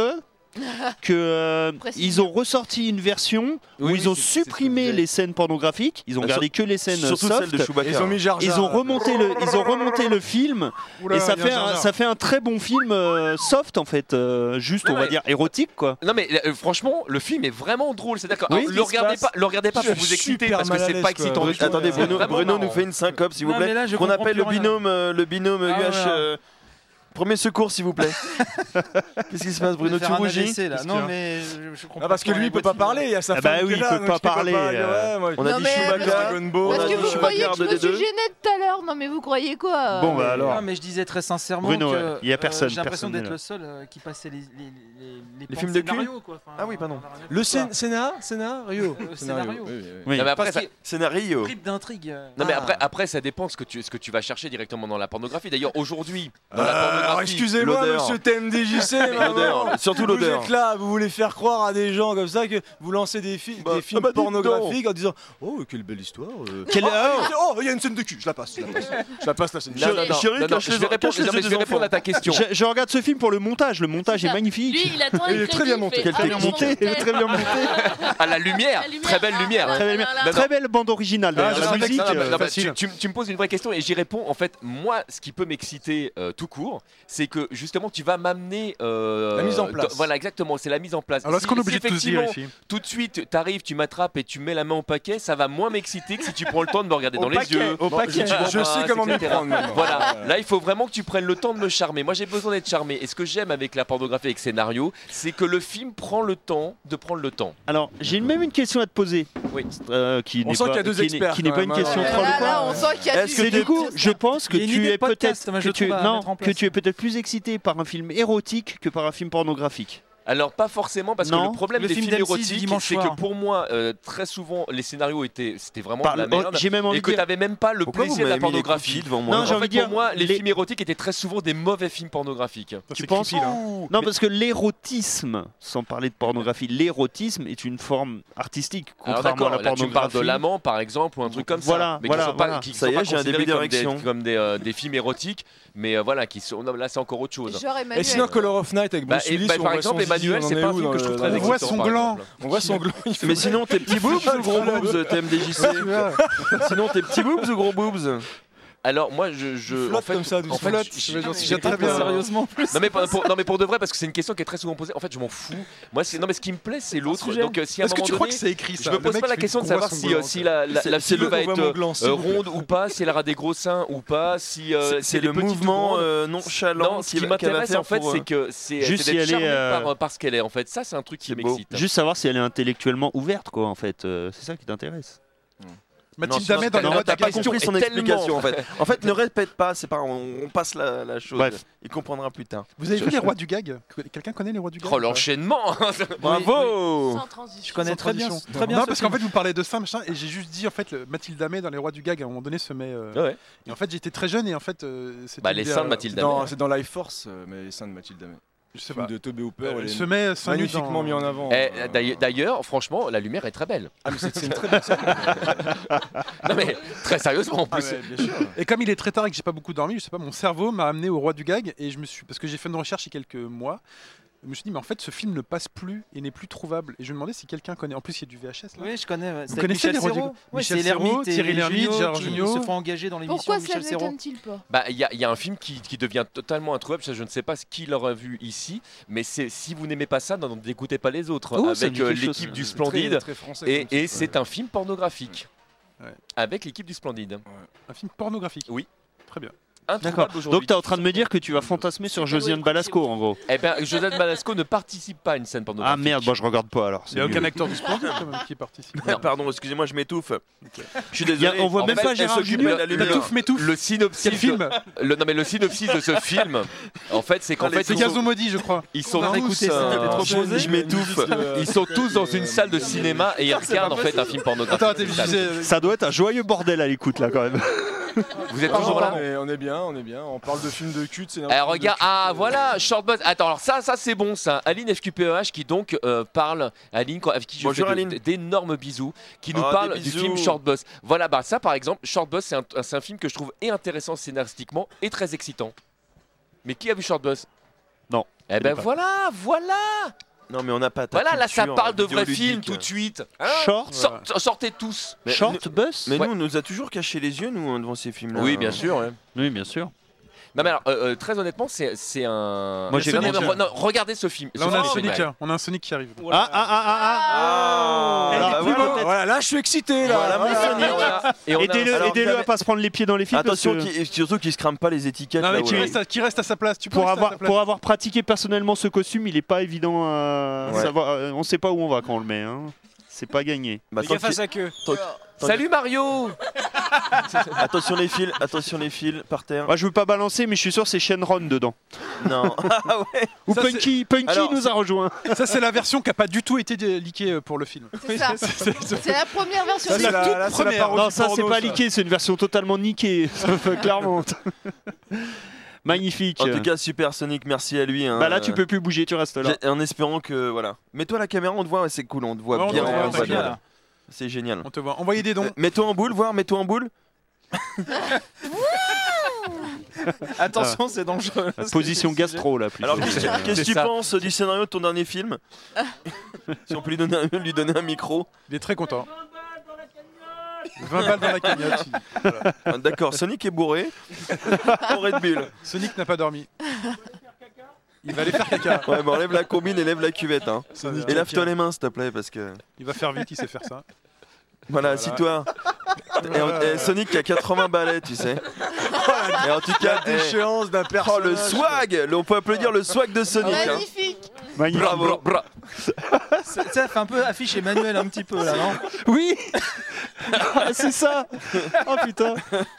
que euh,
Précisément.
ils ont ressorti une version où
Oui,
ils ont
c'est- c'est ce que
supprimé
je
les scènes pornographiques, ils ont
Bah,
gardé que les scènes euh,
Surtout
soft.
celle de Chewbacca.
Ils ont mis Jar Jar.
ils ont remonté le, ils ont remonté le film
Oula,
et ça
il y a
fait,
Jar
un,
Jar.
ça fait un très bon film euh, soft en fait, euh, juste
Mais
on
ouais.
va dire érotique quoi.
Non mais euh, franchement le film est vraiment drôle. C'est-à-dire que
Oui,
alors,
qu'est-ce
le
qui
regardez
se passe
pas, le regardez pas
Je
pour
suis
vous exciter
super
parce que
mal à
c'est
l'aise,
pas
quoi.
excitant.
Oui,
du tout.
Attendez,
C'est
Bruno,
vraiment
Bruno
marrant.
nous fait une syncope, s'il vous
Non,
plaît.
mais là, je
Qu'on
comprends
appelle
plus
le
rien.
binôme, euh, le binôme
Ah,
UH,
voilà.
euh, Premier secours, s'il vous plaît. Qu'est-ce qui se passe,
Je
Bruno
vais
Tu
faire un
rougis
AVC, là.
Qu'est-ce qu'il y
Non,
a
mais je, je comprends
Ah, parce que
pas
lui, il
les
peut pas
boîtiers.
parler, il y a sa
Ah
femme
bah
qui
oui,
est
il
là,
peut
donc
pas
je peux
parler, euh,
ouais, moi,
On a
Non,
dit
mais
Chewbacca.
Dragon Ball,
Parce
on a
que
dit
vous croyez
Chewbacca
que je
de
me
des
suis
deux.
gênée tout à l'heure. Non, mais vous croyez quoi
Bon,
euh,
bah alors.
Non, mais je disais très sincèrement
Bruno,
que
il y a personne,
j'ai l'impression
personne n'est
d'être
là.
le seul euh, qui passait les, les, les,
Les
plans
films de cul
scénario, quoi. Enfin,
Ah oui, pardon.
on a rien
Le
fait,
scén- scénar- scénario.
quoi. Euh, scénario.
Oui.
Non, mais après,
Parce
ça-
qu'il
Scénario.
bribe d'intrigue. euh,
Non mais
Ah.
après, après ça dépend ce que tu ce que tu vas chercher directement dans la pornographie. D'ailleurs aujourd'hui dans la
Euh, Alors
pornographie,
excusez-moi,
l'odeur.
monsieur TMDJC,
L'odeur, surtout
Vous
l'odeur.
êtes là, vous voulez faire croire à des gens comme ça que vous lancez des, fi-
Bah,
des films
ah bah, dites
pornographiques en disant Oh, quelle belle histoire euh.
Quelle-
Oh, il y a- Oh, il y a une scène de cul, je la passe, je la
Ah,
passe, je la, passe la scène de
Non,
Chérie-
non, non,
chérie,
non, non,
cache
je
les-
vais répondre,
cache les
non, mais
yeux
je
des
vais répondre à ta question.
Je, je regarde ce film pour le montage. Le montage
C'est
est,
ça.
magnifique.
Lui, il attend
Il
le
est très
crédit,
bien
il
monté.
fait,
Quelle
ah,
très bien
mon
montée,
Dieu.
très bien montée,
À la lumière,
La lumière,
très belle
ah,
lumière. hein.
ah,
très belle,
là, là, là.
très belle bande originale.
Ah,
Non,
d'ailleurs.
non,
la
non,
musique,
non, non,
euh,
non, bah,
facile.
tu, tu me- tu me poses une vraie question et j'y réponds. En fait, moi, ce qui peut m'exciter euh, tout court, c'est que justement, tu vas m'amener. euh,
La mise en place.
dans- voilà, exactement, c'est la mise en place.
Alors, est-ce
Si-
qu'on est
si
obligé de tout se dire
effectivement,
ici
Tout de suite, t'arrives, tu m'attrapes et tu mets la main au paquet, ça va moins m'exciter que si tu prends le temps de me regarder dans les yeux.
Au paquet.
tu
Je sais
m'embrasses,
comment m'y
etc.
prendre. maintenant.
bah, Voilà, là il faut vraiment que tu prennes le temps de me charmer. Moi j'ai besoin d'être charmé. Et ce que j'aime avec la pornographie et le scénario, c'est que le film prend le temps de prendre le temps.
Alors, j'ai même une question à te poser.
Oui.
Euh, qui
On
n'est
sent
pas-
qu'il y a deux
qui n'est-
experts,
Qui n'est
quand
pas
même,
une
hein.
question
Ouais.
troll
Oh Là,
ou
là,
pas.
on sent qu'il y a
Est-ce
du-
que du coup, je pense que
Il y a une
tu
idée
es
de podcast,
peut-être
moi, je
que tu es-
trouve, à
non,
mettre en
que
place.
tu es peut-être plus excité par un film érotique que par un film pornographique.
Alors pas forcément parce que
Non.
le problème
Le
des
film
films
d'M6 du
érotiques,
dimanche
c'est que
soir.
pour moi euh, très souvent les scénarios étaient c'était vraiment
Par-
de la
oh,
merde.
J'ai même envie
Et
de
que
dire-
t'avais même pas le
Pourquoi vous
plaisir de la
m'avez mis les coups de
pornographie.
fil devant
Non,
moi
j'ai
en
envie
fait,
de dire,
pour moi, les,
les-
films érotiques étaient très souvent des mauvais films pornographiques.
Tu penses
hein.
creepy, là.
Non, parce que l'érotisme, sans parler de pornographie, l'érotisme est une forme artistique,
Alors
contrairement
d'accord,
à
là
la
tu me parles
pornographie.
de l'amant par exemple ou un truc comme
Voilà,
ça, mais
voilà,
qui sont pas,
voilà.
qui
Ça
sont
y est,
pas
j'ai un début
considérés comme des,
d'érection.
comme des, euh, des films érotiques, mais euh, voilà, qui sont, non, là c'est encore autre chose.
Genre
Et
Emmanuel.
Eh, sinon, Color of Night avec
Bah,
Bruce
et-
Willis,
bah,
on
par
voit
exemple,
son zizi,
Emmanuel,
on en
c'est
est
pas un
où
film
dans
que je trouve
le-
très
dans le-
On voit
excitant,
son
par
gland.
exemple.
On voit son gland. il fait-
Mais sinon, tes petits boobs ou gros boobs, euh, TMDJC Sinon, tes petits boobs ou gros boobs
Alors moi, je, je
Il
en
flotte
fait,
comme ça,
en fait,
flotte.
je-
J'en suis
j'ai
très
pas
bien.
pensé à-
Sérieusement, en plus.
Non mais, pour, pour- non mais pour de vrai parce que c'est une question qui est très souvent posée. En fait je m'en fous. Moi c'est non mais ce qui me plaît c'est l'autre.
sujet.
Donc euh, si à un
Est-ce que
moment
tu crois
donné,
que c'est écrit ça
je me
Le
pose
mec
pas la
fait
question de
qu'on voit
savoir
son
si,
gland,
euh,
quoi.
si la, la,
C'est-
la
c'est
fille
le-
va
on voit
être
mon
euh,
gland, s'il vous plaît.
ronde ou pas, si elle aura des gros seins ou pas, si euh,
C'est-
si
C'est
elle est
le
petite ou
mouvement
grande.
euh,
Non,
nonchalant
ce qui
qu'il va- qu'elle va
m'intéresse
faire
en fait
pour, euh,
c'est que c'est
Juste
c'est
si
d'être
elle est,
charmé
euh,
par, par ce qu'elle est en fait. Ça c'est un truc qui
C'est beau.
m'excite.
Juste savoir si elle est intellectuellement ouverte, quoi, en fait. euh, c'est ça qui t'intéresse.
Mathilde
Non,
Damet
sinon,
dans les
non,
boîtes
t'as
à
pas
questions.
question
compris son
est
explication en fait. En fait, ne répète pas, c'est pas on, on passe la, la chose.
Bref.
Il comprendra plus tard.
Vous avez
Je-
vu les rois du gag Quelqu'un connaît les rois du gag
Oh l'enchaînement
Bravo
Sans transition.
Je connais très bien, ce- très bien
non,
ce
parce qu'en
film.
fait, vous parlez de ça, machin, et j'ai juste dit, en fait, le- Mathilde Amé dans Les Rois du Gag, à un moment donné, se met. euh,
Ah Ouais.
Et en fait, j'étais très jeune, et en fait, euh, c'était.
Bah les
une-
seins de
euh,
Mathilde.
Non,
Amel.
c'est dans Life Force, euh, mais les seins de Mathilde Amé.
Je sais
Film
pas.
de Tobey
Euh,
Hooper,
Elle
elle
se
est
met seins nus
magnifiquement
dans-
mis en avant.
Eh,
Euh,
d'ailleurs- D'ailleurs, franchement, la lumière est très belle.
Ah, mais c'est c'est une très belle scène.
Non mais très sérieusement en
Ah,
plus.
ouais, bien sûr.
Et comme il est très tard et que j'ai pas beaucoup dormi, je sais pas, mon cerveau m'a amené au roi du gag et je me suis, parce que j'ai fait une recherche il y a quelques mois, je me suis dit mais en fait ce film ne passe plus et n'est plus trouvable. Et je me demandais si quelqu'un connaît. En plus il y a du VHS là.
Oui, je connais. ouais. C'est avec
connaissez
Michel
les Rodrigo-
Serrault Ouais,
Michel
c'est l'ermite
Serrault,
et
Thierry Lhermitte,
Junio
Gérard
qui
Jugnot.
se font engager dans l'émission
Pourquoi
de
ça
Michel
ne
Serrault.
m'étonne-t-il pas
Bah, il y, a- il y a un film qui, qui devient totalement introuvable. Ça, je ne sais pas ce qui l'aura vu ici, mais c'est si vous n'aimez pas ça, n'en dégoûtez pas les autres.
Oh, ça me
avec
dit
euh,
quelque chose.
l'équipe du
C'est très-
Splendide,
très français,
et,
comme
et
ça.
c'est un film pornographique.
Ouais.
Avec l'équipe du Splendide.
Un film pornographique.
Oui.
Très bien.
D'accord.
Introuvable
Donc,
aujourd'hui.
tu es en train de me dire que tu vas fantasmer sur Josiane Balasco, en gros.
Eh bien, Josette Balasco ne participe pas à une scène
Ah
pornographique.
merde, moi je regarde pas alors.
Il
c'est
y a aucun
nul.
acteur du sport quand même qui participe.
Ah, Pardon, excusez-moi, je m'étouffe. Je suis
Il y a-
désolé.
on voit
En
même
fait,
pas
elle
Gérard
s'occupe
Jugnot.
de la lumière.
M'étouffe, m'étouffe.
Le synopsis,
Quel film
de- le- non, mais le synopsis de ce film, en fait, c'est qu'en fait,
C'est
ils sont,
Gazon maudit je crois.
ils sont
On a
tous,
écouté ça,
euh,
c'était trop
je-
posé. euh,
je m'étouffe. Ils sont tous dans une salle de cinéma et ils regardent en fait un film pornographique.
Attends, t'es- je disais-
Ça doit être un joyeux bordel à l'écoute là quand même.
Vous êtes
Ah,
toujours là
on est- on est bien, on est bien. On parle de films de cul, de scénario. de
Eh,
films de
regarde,
cul,
ah
euh,
voilà, short buzz. Attends, alors ça, ça c'est bon, ça. Aline FQPEH qui donc euh, parle, Aline, quand- avec qui je
Bonjour,
fais de-
Aline.
d'énormes bisous, qui nous
Ah,
parle
des
du
bisous.
film Short Buzz. Voilà, bah ça par exemple, Short Buzz, c'est un, c'est un film que je trouve et intéressant scénaristiquement et très excitant. Mais qui a vu Short Buzz
Non,
Eh ben
pas.
voilà, voilà,
Non, mais on n'a pas ta
voilà, là ça
culture,
parle
euh,
de vrais films
vidéoludique. Ah,
tout de suite. hein
Short,
Sort- sortez tous.
Mais
short bus.
Mais
Ouais.
nous, on nous a toujours caché les yeux, nous, hein, devant ces films-là.
Oui, bien sûr.
Oui, bien sûr.
Euh, Non, mais alors, euh, euh, très honnêtement, c'est c'est un.
Moi, j'ai
c'est un-
commencé.
re- non, regardez ce film.
Là,
Ce
on a un
film est
Sonic,
mal.
hein. on a un Sonic qui arrive.
Voilà.
Ah, ah, ah, Ah. ah,
Ah,
Elle est
bah
plus
voilà.
beau.
Voilà, là, je suis excité, là.
Voilà,
Voilà.
mon Sonic.
Et on a- et on a un-
Aidez-le
alors,
aidez-le à
t'avais-
pas se prendre les pieds dans les fils.
Attention,
parce que
qui- surtout qu'ils se crament pas les étiquettes.
Non,
là,
mais qui
ouais.
reste, à, qui reste à sa place. Tu peux
pour
rester à
avoir,
sa place.
pour avoir pratiqué personnellement ce costume, il est pas évident à
Ouais.
savoir. euh, On sait pas où on va quand on le met. hein. C'est pas gagné.
Bah,
Fais
tant
gaffe à sa queue.
Salut Mario
qu'il- Attention les fils, attention les fils, par terre.
Moi, je veux pas balancer, mais je suis sûr c'est Shenron dedans.
Non. Ah ouais.
Ou
Ça,
Punky, Punky
Alors,
nous a rejoint.
Ça, c'est la version qui a pas du tout été dé- leakée euh, pour le film.
C'est ça. C'est la première version.
Ça,
du
c'est
film.
la, là, c'est la
Non,
parodie
ça c'est
porno,
pas liqué, c'est une version totalement niquée, ça fait clairement. Magnifique.
En tout cas, Super Sonic, merci à lui. hein.
bah
euh,
là, tu peux plus bouger, tu restes là.
J'ai- En espérant que voilà. Mets-toi à la caméra, on te voit, ouais, c'est cool, on te voit
Ouais, on te
bien.
voit,
on
on te
voit
voit
bien.
bien.
C'est génial.
On te voit. Envoyez des
Euh,
dons.
mets-toi en boule, voir, mets-toi en boule.
Attention, c'est dangereux.
La Position gastro là. plutôt.
Alors qu'est-ce
Euh,
que- qu'est-ce que tu
ça.
penses du scénario de ton dernier film Si on peut lui donner, un- lui donner un micro.
Il est très content. 20 balles dans la cagnotte. il-
Ah, D'accord, Sonic est bourré. en Red Bull.
Sonic n'a pas dormi. Il va aller faire caca.
Ouais, bah enlève la combine et lève la cuvette. Hein.
Sonic,
Et lave-toi les mains, s'il te plaît, parce que.
Il va faire vite, il sait faire ça.
Voilà, assis-toi. Et, on- et Sonic a 80 balais, tu sais. Et en tout cas, eh,
Déchéance d'un
oh, le swag Le- On peut applaudir le swag de Sonic. hein.
Magnifique.
magnifique.
Bravo.
Ça ça fait un peu affiche Emmanuel un petit peu là, non
Oui Ah, C'est ça Oh putain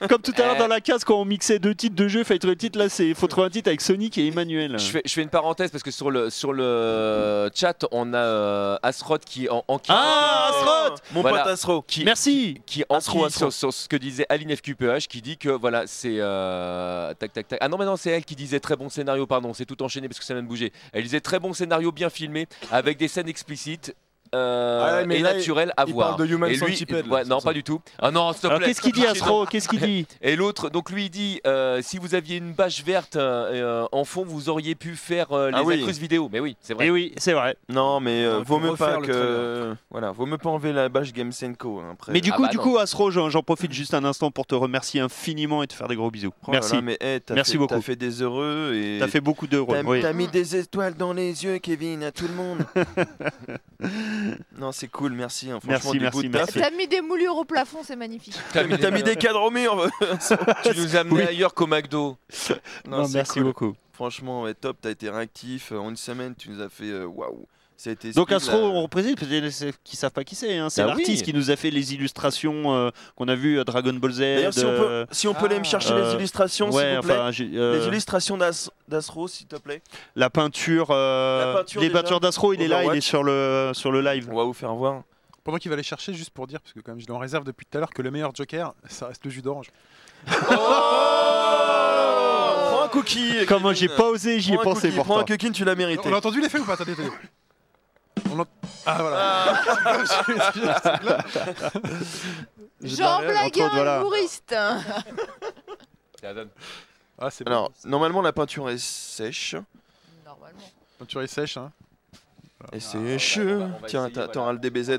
Comme tout à l'heure dans la case, quand on mixait deux titres de jeu, fallait trouver le titre, là, c'est faut trouver un titre avec Sonic et Emmanuel.
je fais, je fais une parenthèse parce que sur le, sur le chat, on a euh, Asroth qui en, en- qui-
Ah, Asrod
Mon
Voilà.
pote Asro.
qui,
Merci
qui enquille
Asro, Asro.
sur, sur ce que disait Aline FQPH qui dit que voilà c'est euh, tac tac tac ah non mais non c'est elle qui disait très bon scénario pardon c'est tout enchaîné parce que ça vient de bouger elle disait très bon scénario bien filmé avec des scènes explicites euh,
Ah ouais, mais
et
là,
naturelles à
il
voir
parle de Human
et lui
Centipede, là,
ouais,
c'est
non
pour ça.
pas du tout ah non s'il te
Alors
plaît
qu'est-ce qu'il dit, Astro Qu'est-ce qu'il dit
et l'autre donc lui il dit euh, si vous aviez une bâche verte euh, euh, en fond vous auriez pu faire euh, les
Ah oui.
intruses vidéo mais oui c'est vrai
Eh oui, c'est vrai.
Non, mais euh,
T'aurais
vaut
pu
mieux pas
refaire le
que. Voilà, vaut mieux pas enlever la bâche Game Senko. hein, après.
Mais du
Ah
coup,
bah
du
non.
coup, Asro, j'en j'en profite juste un instant pour te remercier infiniment et te faire des gros bisous.
Oh là
Merci.
là, mais, eh, t'as
Merci
fait-
beaucoup.
T'as fait des heureux et.
T'as fait beaucoup d'euros.
T'as
oui.
t'as mis des étoiles dans les yeux, Kevin, à tout le monde. non, c'est cool, merci. hein, franchement,
Merci,
du bout
merci,
de
merci.
taf.
T'as mis des moulures au plafond, c'est magnifique.
T'as mis-
T'as mis des cadres au mur.
tu nous as amené ailleurs qu'au McDo
Non,
Non,
c'est
merci
cool.
beaucoup.
Franchement, ouais, top, t'as été réactif. euh, En une semaine, tu nous as fait euh, waouh. Ça a été
Donc
speed,
Astro,
là.
on représente, peut-être qu'il y en a ceux qui savent pas qui c'est. hein. C'est
Ah oui.
l'artiste qui nous a fait les illustrations euh, qu'on a vues à Dragon Ball Z.
D'ailleurs, si on peut,
euh,
si on peut aller me
Ah.
chercher
Euh,
les illustrations,
ouais,
s'il vous plaît.
enfin, j'ai- euh,
Les illustrations d'As- d'Asro, s'il te plaît.
la peinture, euh,
La peinture
les
déjà. Oh, bah,
peintures d'Astro, il est là, il est
Overwatch.
sur le sur le live.
On va vous faire voir.
Pendant qu'il va aller chercher, juste pour dire, parce que quand même, je l'ai en réserve depuis tout à l'heure, que le meilleur Joker, ça reste le jus d'orange.
Prends un cookie.
Comment j'ai
Kevin.
pas osé, j'y ai
Prends un
pensé
cookie, Prends
pourtant.
un cookie, tu l'as mérité.
On a entendu l'effet ou pas Attendez, attendez. On l'ent- Ah voilà.
Ah.
Jean
hein,
entre autres,
Blaguin,
voilà.
humoriste.
Ah, c'est bon.
Alors, normalement, la peinture est sèche.
Normalement.
Peinture est sèche. Hein.
on
Et
va-
c'est chaud.
on va- on va
Tiens,
essayer,
t'as-
voilà.
t'auras le DBZ.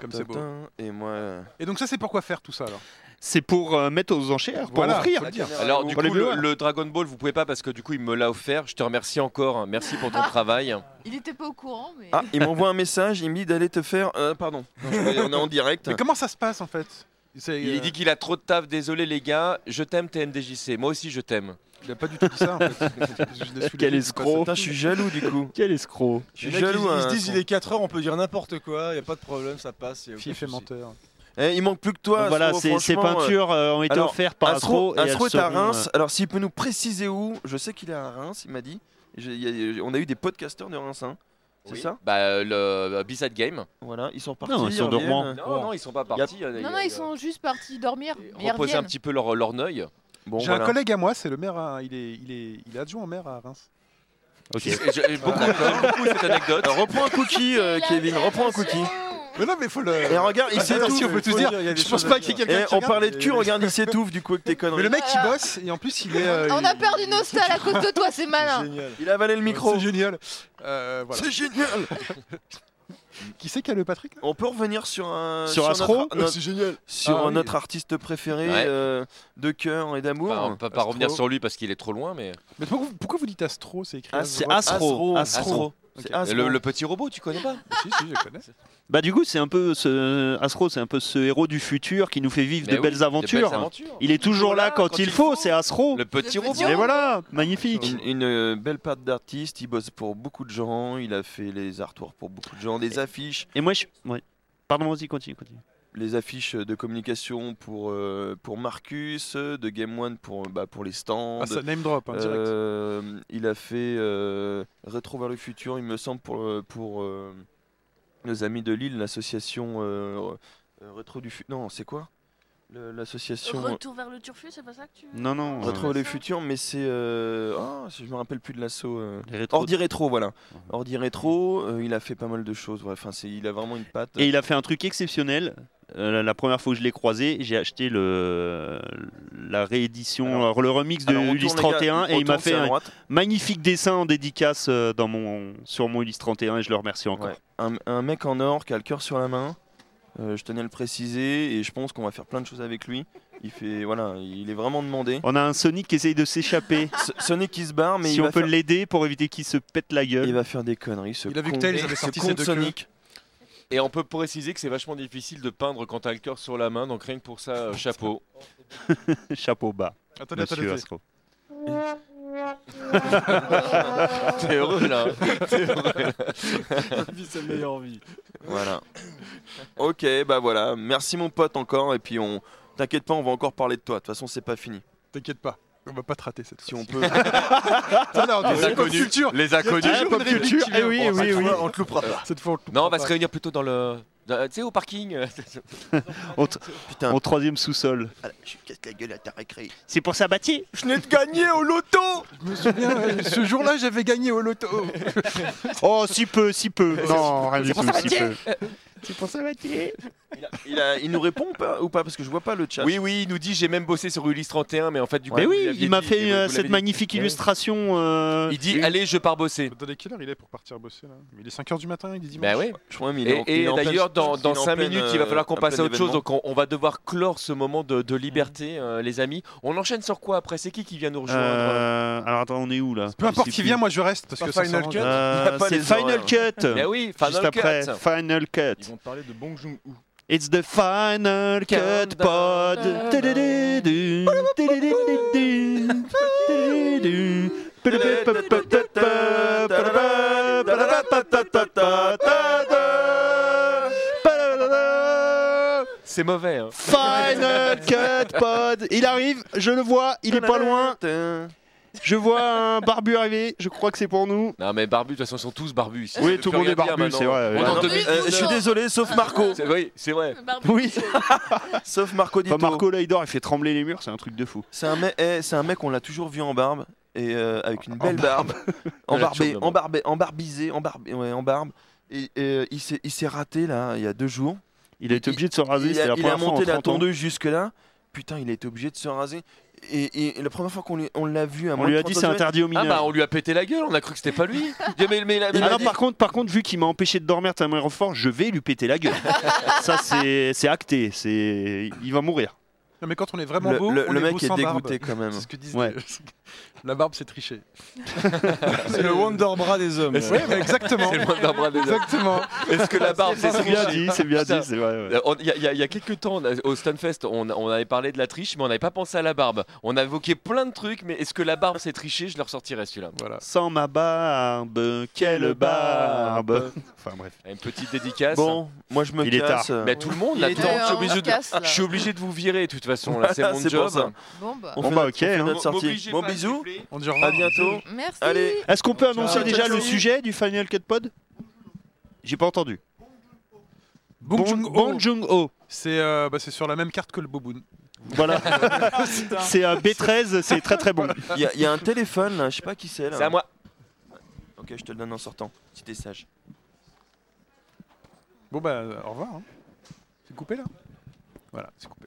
Comme c'est beau.
Tintin, Et moi. euh,
Et donc, ça, c'est pourquoi faire tout ça alors
C'est pour euh, mettre aux enchères, pour
Voilà,
offrir.
faut le dire.
Alors du
Pour
coup
les
le,
viewers.
le Dragon Ball vous pouvez pas parce que du coup il me l'a offert. Je te remercie encore. hein. Merci pour ton travail.
Il était pas au courant, mais.
Ah, il m'envoie un message, il me dit d'aller te faire. euh, pardon, Non, je vais- on est en direct.
Mais comment ça se passe en fait C'est,
Il
euh,
dit qu'il a trop de taf. Désolé les gars. Je t'aime TMDJC. Moi aussi je t'aime.
il a pas du tout dit ça en fait. Je l'ai soulevé,
Quel
c'est pas ça.
escroc.
Oh. Putain, je suis jaloux du coup.
Quel escroc.
Je suis jaloux.
Ils se
hein,
disent,
son-
il est 4h, on peut dire n'importe quoi, y a pas de problème, ça passe. y a aucun
Fille fait
souci.
menteur.
Eh, il manque plus que toi.
Donc voilà, ces,
Astro,
ces
franchement, euh,
peintures euh, ont été
alors,
offertes par Astro.
Astro,
et elles
Astro est à
seront,
Reims.
euh,
Alors, s'il peut nous préciser où, je sais qu'il est à Reims, il m'a dit. J'ai- il y a- on a eu des podcasteurs de Reims, hein. c'est
Oui.
ça
Bah euh, le B-side game.
Voilà, ils sont partis.
ils sont de
reviennent.
Rouen.
Non non ils sont pas
Y a-
partis. euh, y a-
Non, non,
y a-
ils sont juste partis dormir. mais Ils
Reposer un
reviennent.
petit peu leur leur neuil.
Bon,
J'ai
voilà.
un collègue à moi, c'est le maire, à- il, est, il, est, il est adjoint au maire à Reims.
ok.
J'ai- j'ai beaucoup, j'aime beaucoup cette anecdote.
Alors, reprends un cookie, euh,
La
Kevin, reprends un cookie.
création.
Mais non, mais faut le.
Et regarde, il
Ah, c'est
s'étouffe.
si, on peut
faut
tous
le
dire. euh,
dire, il y a des
Je pense
choses à
pas qu'il y ait quelqu'un
Eh,
qui
on
regarde,
parlait de
mais-
cul, regarde, il s'étouffe du coup avec tes
Mais
conneries.
le mec qui bosse, et en plus, il est. euh,
Ah, On a
il-
perdu nos stalles à cause de toi, c'est malin.
Génial.
Il a avalé le micro.
C'est génial. Euh, voilà.
C'est génial
Qui c'est qui a le Patrick là
On peut revenir sur un
Sur
notre-
Astro
notre-
Ah, génial.
sur
Ah oui.
notre artiste préféré
Ouais.
euh, de cœur et d'amour.
Enfin, on peut pas revenir
Astro.
sur lui parce qu'il est trop loin, mais
Mais pourquoi vous, pourquoi vous dites Astro C'est écrit
Ah,
Astro.
c'est Astro.
Astro.
Astro.
C'est Astro.
Le, le petit robot, tu connais pas
Si, si, je connais. Ah,
Bah du coup, c'est un peu ce Astro, c'est un peu ce héros du futur qui nous fait vivre
Mais
de
Bah oui,
belles
Des
aventures.
belles aventures.
Il est toujours là
Voilà,
quand, il faut, c'est Astro.
Le petit
Le petit
robot.
Et voilà, magnifique.
Une, une, euh, belle part d'artiste, il bosse pour beaucoup de gens, il a fait les artworks pour beaucoup de gens, des affiches,
Et moi, je... ouais. pardon, vas-y, continue, continue.
les affiches de communication pour, euh, pour Marcus, euh, de Game One pour, euh, bah, pour les stands.
Ah, ça name drop, hein, direct.
Euh, il a fait euh, Rétro vers le futur, il me semble, pour, euh, pour euh, nos amis de Lille, l'association euh, euh, Rétro du futur. Non, c'est quoi Le- L'association.
Retour vers le turfu, c'est pas ça que tu.
Non, non,
tu
Retrouver
veux
le
ça
futur, mais c'est. euh, ah, je me rappelle plus de l'assaut. euh,
Les rétros-
Ordi rétro, voilà.
Mhm.
Ordi rétro, euh, il a fait pas mal de choses. ouais. Enfin, c'est, il a vraiment une patte.
Et il a fait un truc exceptionnel. Euh, la- la première fois que je l'ai croisé, j'ai acheté le la réédition,
Alors-
le remix de
Alors, on tourne,
Ulysse
les gars,
31 et
on
il m'a
tourne, c'est
fait
à
un
droite.
magnifique dessin en dédicace euh, dans mon sur mon Ulysse 31 et je le remercie encore.
Ouais. Un, un mec en or qui a le cœur sur la main. Euh, je tenais à le préciser et je pense qu'on va faire plein de choses avec lui. Il fait, voilà, il est vraiment demandé.
On a un Sonic qui essaye de s'échapper.
S- Sonic qui se barre, mais
si
il,
on
va
peut
faire,
l'aider pour éviter qu'il se pète la gueule.
il va faire des conneries. Ce
Il a vu que
con-
Tails
ce
avait sorti
con
ses
de
deux
Sonic.
Et on peut préciser que c'est vachement difficile de peindre quand t'as le cœur sur la main, donc rien que pour ça, euh, chapeau.
Chapeau bas,
Attendez, attendez.
monsieur
attendez.
Astro.
T'es heureux là
Vie, sa meilleure vie.
Voilà. ok, bah voilà. Merci mon pote encore. Et puis on. T'inquiète pas, on va encore parler de toi. De toute façon, c'est pas fini.
T'inquiète pas. On va pas te rater cette
Si
fois.
on peut.
Alors,
Les inconnus.
Culture.
Les inconnus
toujours une réplique qui vient.
oui,
On va
oui,
pas
oui.
te voir, On te loupera pas. Cette fois, on te
Non, on
loupera
va
pas.
se réunir plutôt dans le. dans- Tu sais, au parking. euh,
Putain,
Au troisième sous-sol.
je casse la gueule à ta récré.
C'est pour Sabatier.
Je n'ai de gagné au loto
Je me souviens, euh, ce jour-là, j'avais gagné au loto.
Oh, si peu, si peu. Non, rien du tout, si peu.
il, a- il a- il nous répond ou pas, ou pas Parce que je vois pas le chat.
Oui, oui, il nous dit j'ai même bossé sur Ulysse 31, mais en fait, du coup.
Mais
vous
oui,
l'aviez
il m'a
dit,
fait
vous- vous
euh,
l'avez
cette
dit. Eh
magnifique illustration. euh,
Il dit allez, je pars bosser.
Attendez, quelle heure il est pour partir bosser là Il est 5h du matin, il est dimanche.
Bah ouais.
Je crois, mais il est en- il
Et,
est
et
en
d'ailleurs,
pleine-
dans,
il est en
5
pleine,
minutes, il va
euh,
falloir qu'on
en
passe à
plein
autre chose.
événement. Mm.
Donc, on, on va devoir clore ce moment de, de liberté, euh, les amis. On enchaîne sur quoi après C'est qui qui vient nous rejoindre
euh, alors attends, on est où là
Peu importe qui vient, moi je reste parce
Pas
que ça
Final
s'arrange.
Cut
Il y a
Euh,
pas
c'est
les
Final
horaires.
Cut.
hein.
Mais Eh oui, Final
Juste
Cut.
après, Final
Ils
Cut.
vont te parler de Bong Joon-ho.
It's the Final Cut Pod. Du-du-du-du, du-du-du-du-du, du-du-du-du.
C'est mauvais. hein.
Final Cut Pod. Il arrive, je le vois, il est pas loin. Je vois un barbu arriver, je crois que c'est pour nous.
Non, mais barbu, de toute façon, ils sont tous barbus. ici.
Oui,
Ça veut
tout
plus
le monde
rien
est
dire
barbu,
maintenant.
c'est vrai,
On est en
ouais.
2000.
Euh, je suis désolé, sauf Marco.
C'est- Oui, c'est vrai.
Barbie.
Oui.
sauf Marco Dito.
Enfin, Marco là, il dort, il fait trembler les murs, c'est un truc de fou.
C'est un, mec- eh, c'est un mec, on l'a toujours vu en barbe. Et euh, avec une belle barbe.
On
En
l'a
barbé,
toujours vu en
en barbe, en barbisé, en barbe, ouais, en barbe. Et, et, euh, il s'est- il s'est raté là, il y a deux jours.
Il a été
Il-
obligé de se raser,
il
Ah c'était
a,
la
il a
première fois en
monté la
30 ans.
tondeuse jusque-là. Putain, il a été obligé de se raser. Et, et la première fois qu'on lui- on l'a vu à
On
moins
lui
de
a dit
30
c'est
centimètres,
interdit aux
Ah
mineurs.
bah on lui a pété la gueule, on a cru que c'était pas lui. mais, mais, mais,
Ah
mais-
non, par contre, par contre, vu qu'il m'a empêché de dormir tellement fort, je vais lui péter la gueule. Ça, c'est c'est acté. C'est il va mourir.
Non, mais quand on est vraiment
le,
beau,
le-
on
le
est
mec
beau
est
sans barbe.
dégoûté quand même.
C'est ce que disent.
Ouais.
les- La barbe, c'est tricher.
C'est le Wonderbra des hommes.
Oui, mais exactement.
C'est le moindre bras des hommes.
Exactement.
Est-ce que la barbe c'est
C'est bien
triché
dit, c'est bien
Putain.
dit, c'est vrai. ouais.
Euh, on- Il y, a- il y a- il y a quelques temps, on a- au Stunfest, on, on avait parlé de la triche, mais on n'avait pas pensé à la barbe. On a évoqué plein de trucs, mais est-ce que la barbe c'est triché Je le ressortirai celui-là.
Voilà.
Sans ma barbe, quelle barbe. Enfin bref.
Une petite dédicace.
Bon, moi je me
Il est
casse. euh,
Mais tout le monde
Il est
l'attend.
temps,
Je
Ouais,
suis
on se
obligé de-
casse, là.
Je suis obligé de vous virer de toute façon. Là, c'est
Voilà,
mon
c'est pour ça.
job.
Bon bah.
On
Bon,
fait
bah,
notre-
ok,
on fait
hein.
notre sortie.
M'obligez
Bon
pas, s'il
bisous,
vous plaît.
On dit au
à
revoir.
bientôt.
Merci.
Allez.
Est-ce qu'on peut annoncer
Ciao.
déjà le
Salut.
sujet du Final Cut Pod J'ai pas entendu.
Bong Joon-ho.
Bong Joon-ho.
C'est euh, bah, c'est sur la même carte que le Boboon.
Voilà. c'est un B13, c'est très très bon.
Il y, a- il y a un téléphone là, je sais pas qui c'est là.
C'est à moi.
Ok, je te le donne en sortant. Si t'es sage.
Bon, bah, au revoir. hein. C'est coupé là Voilà, c'est coupé.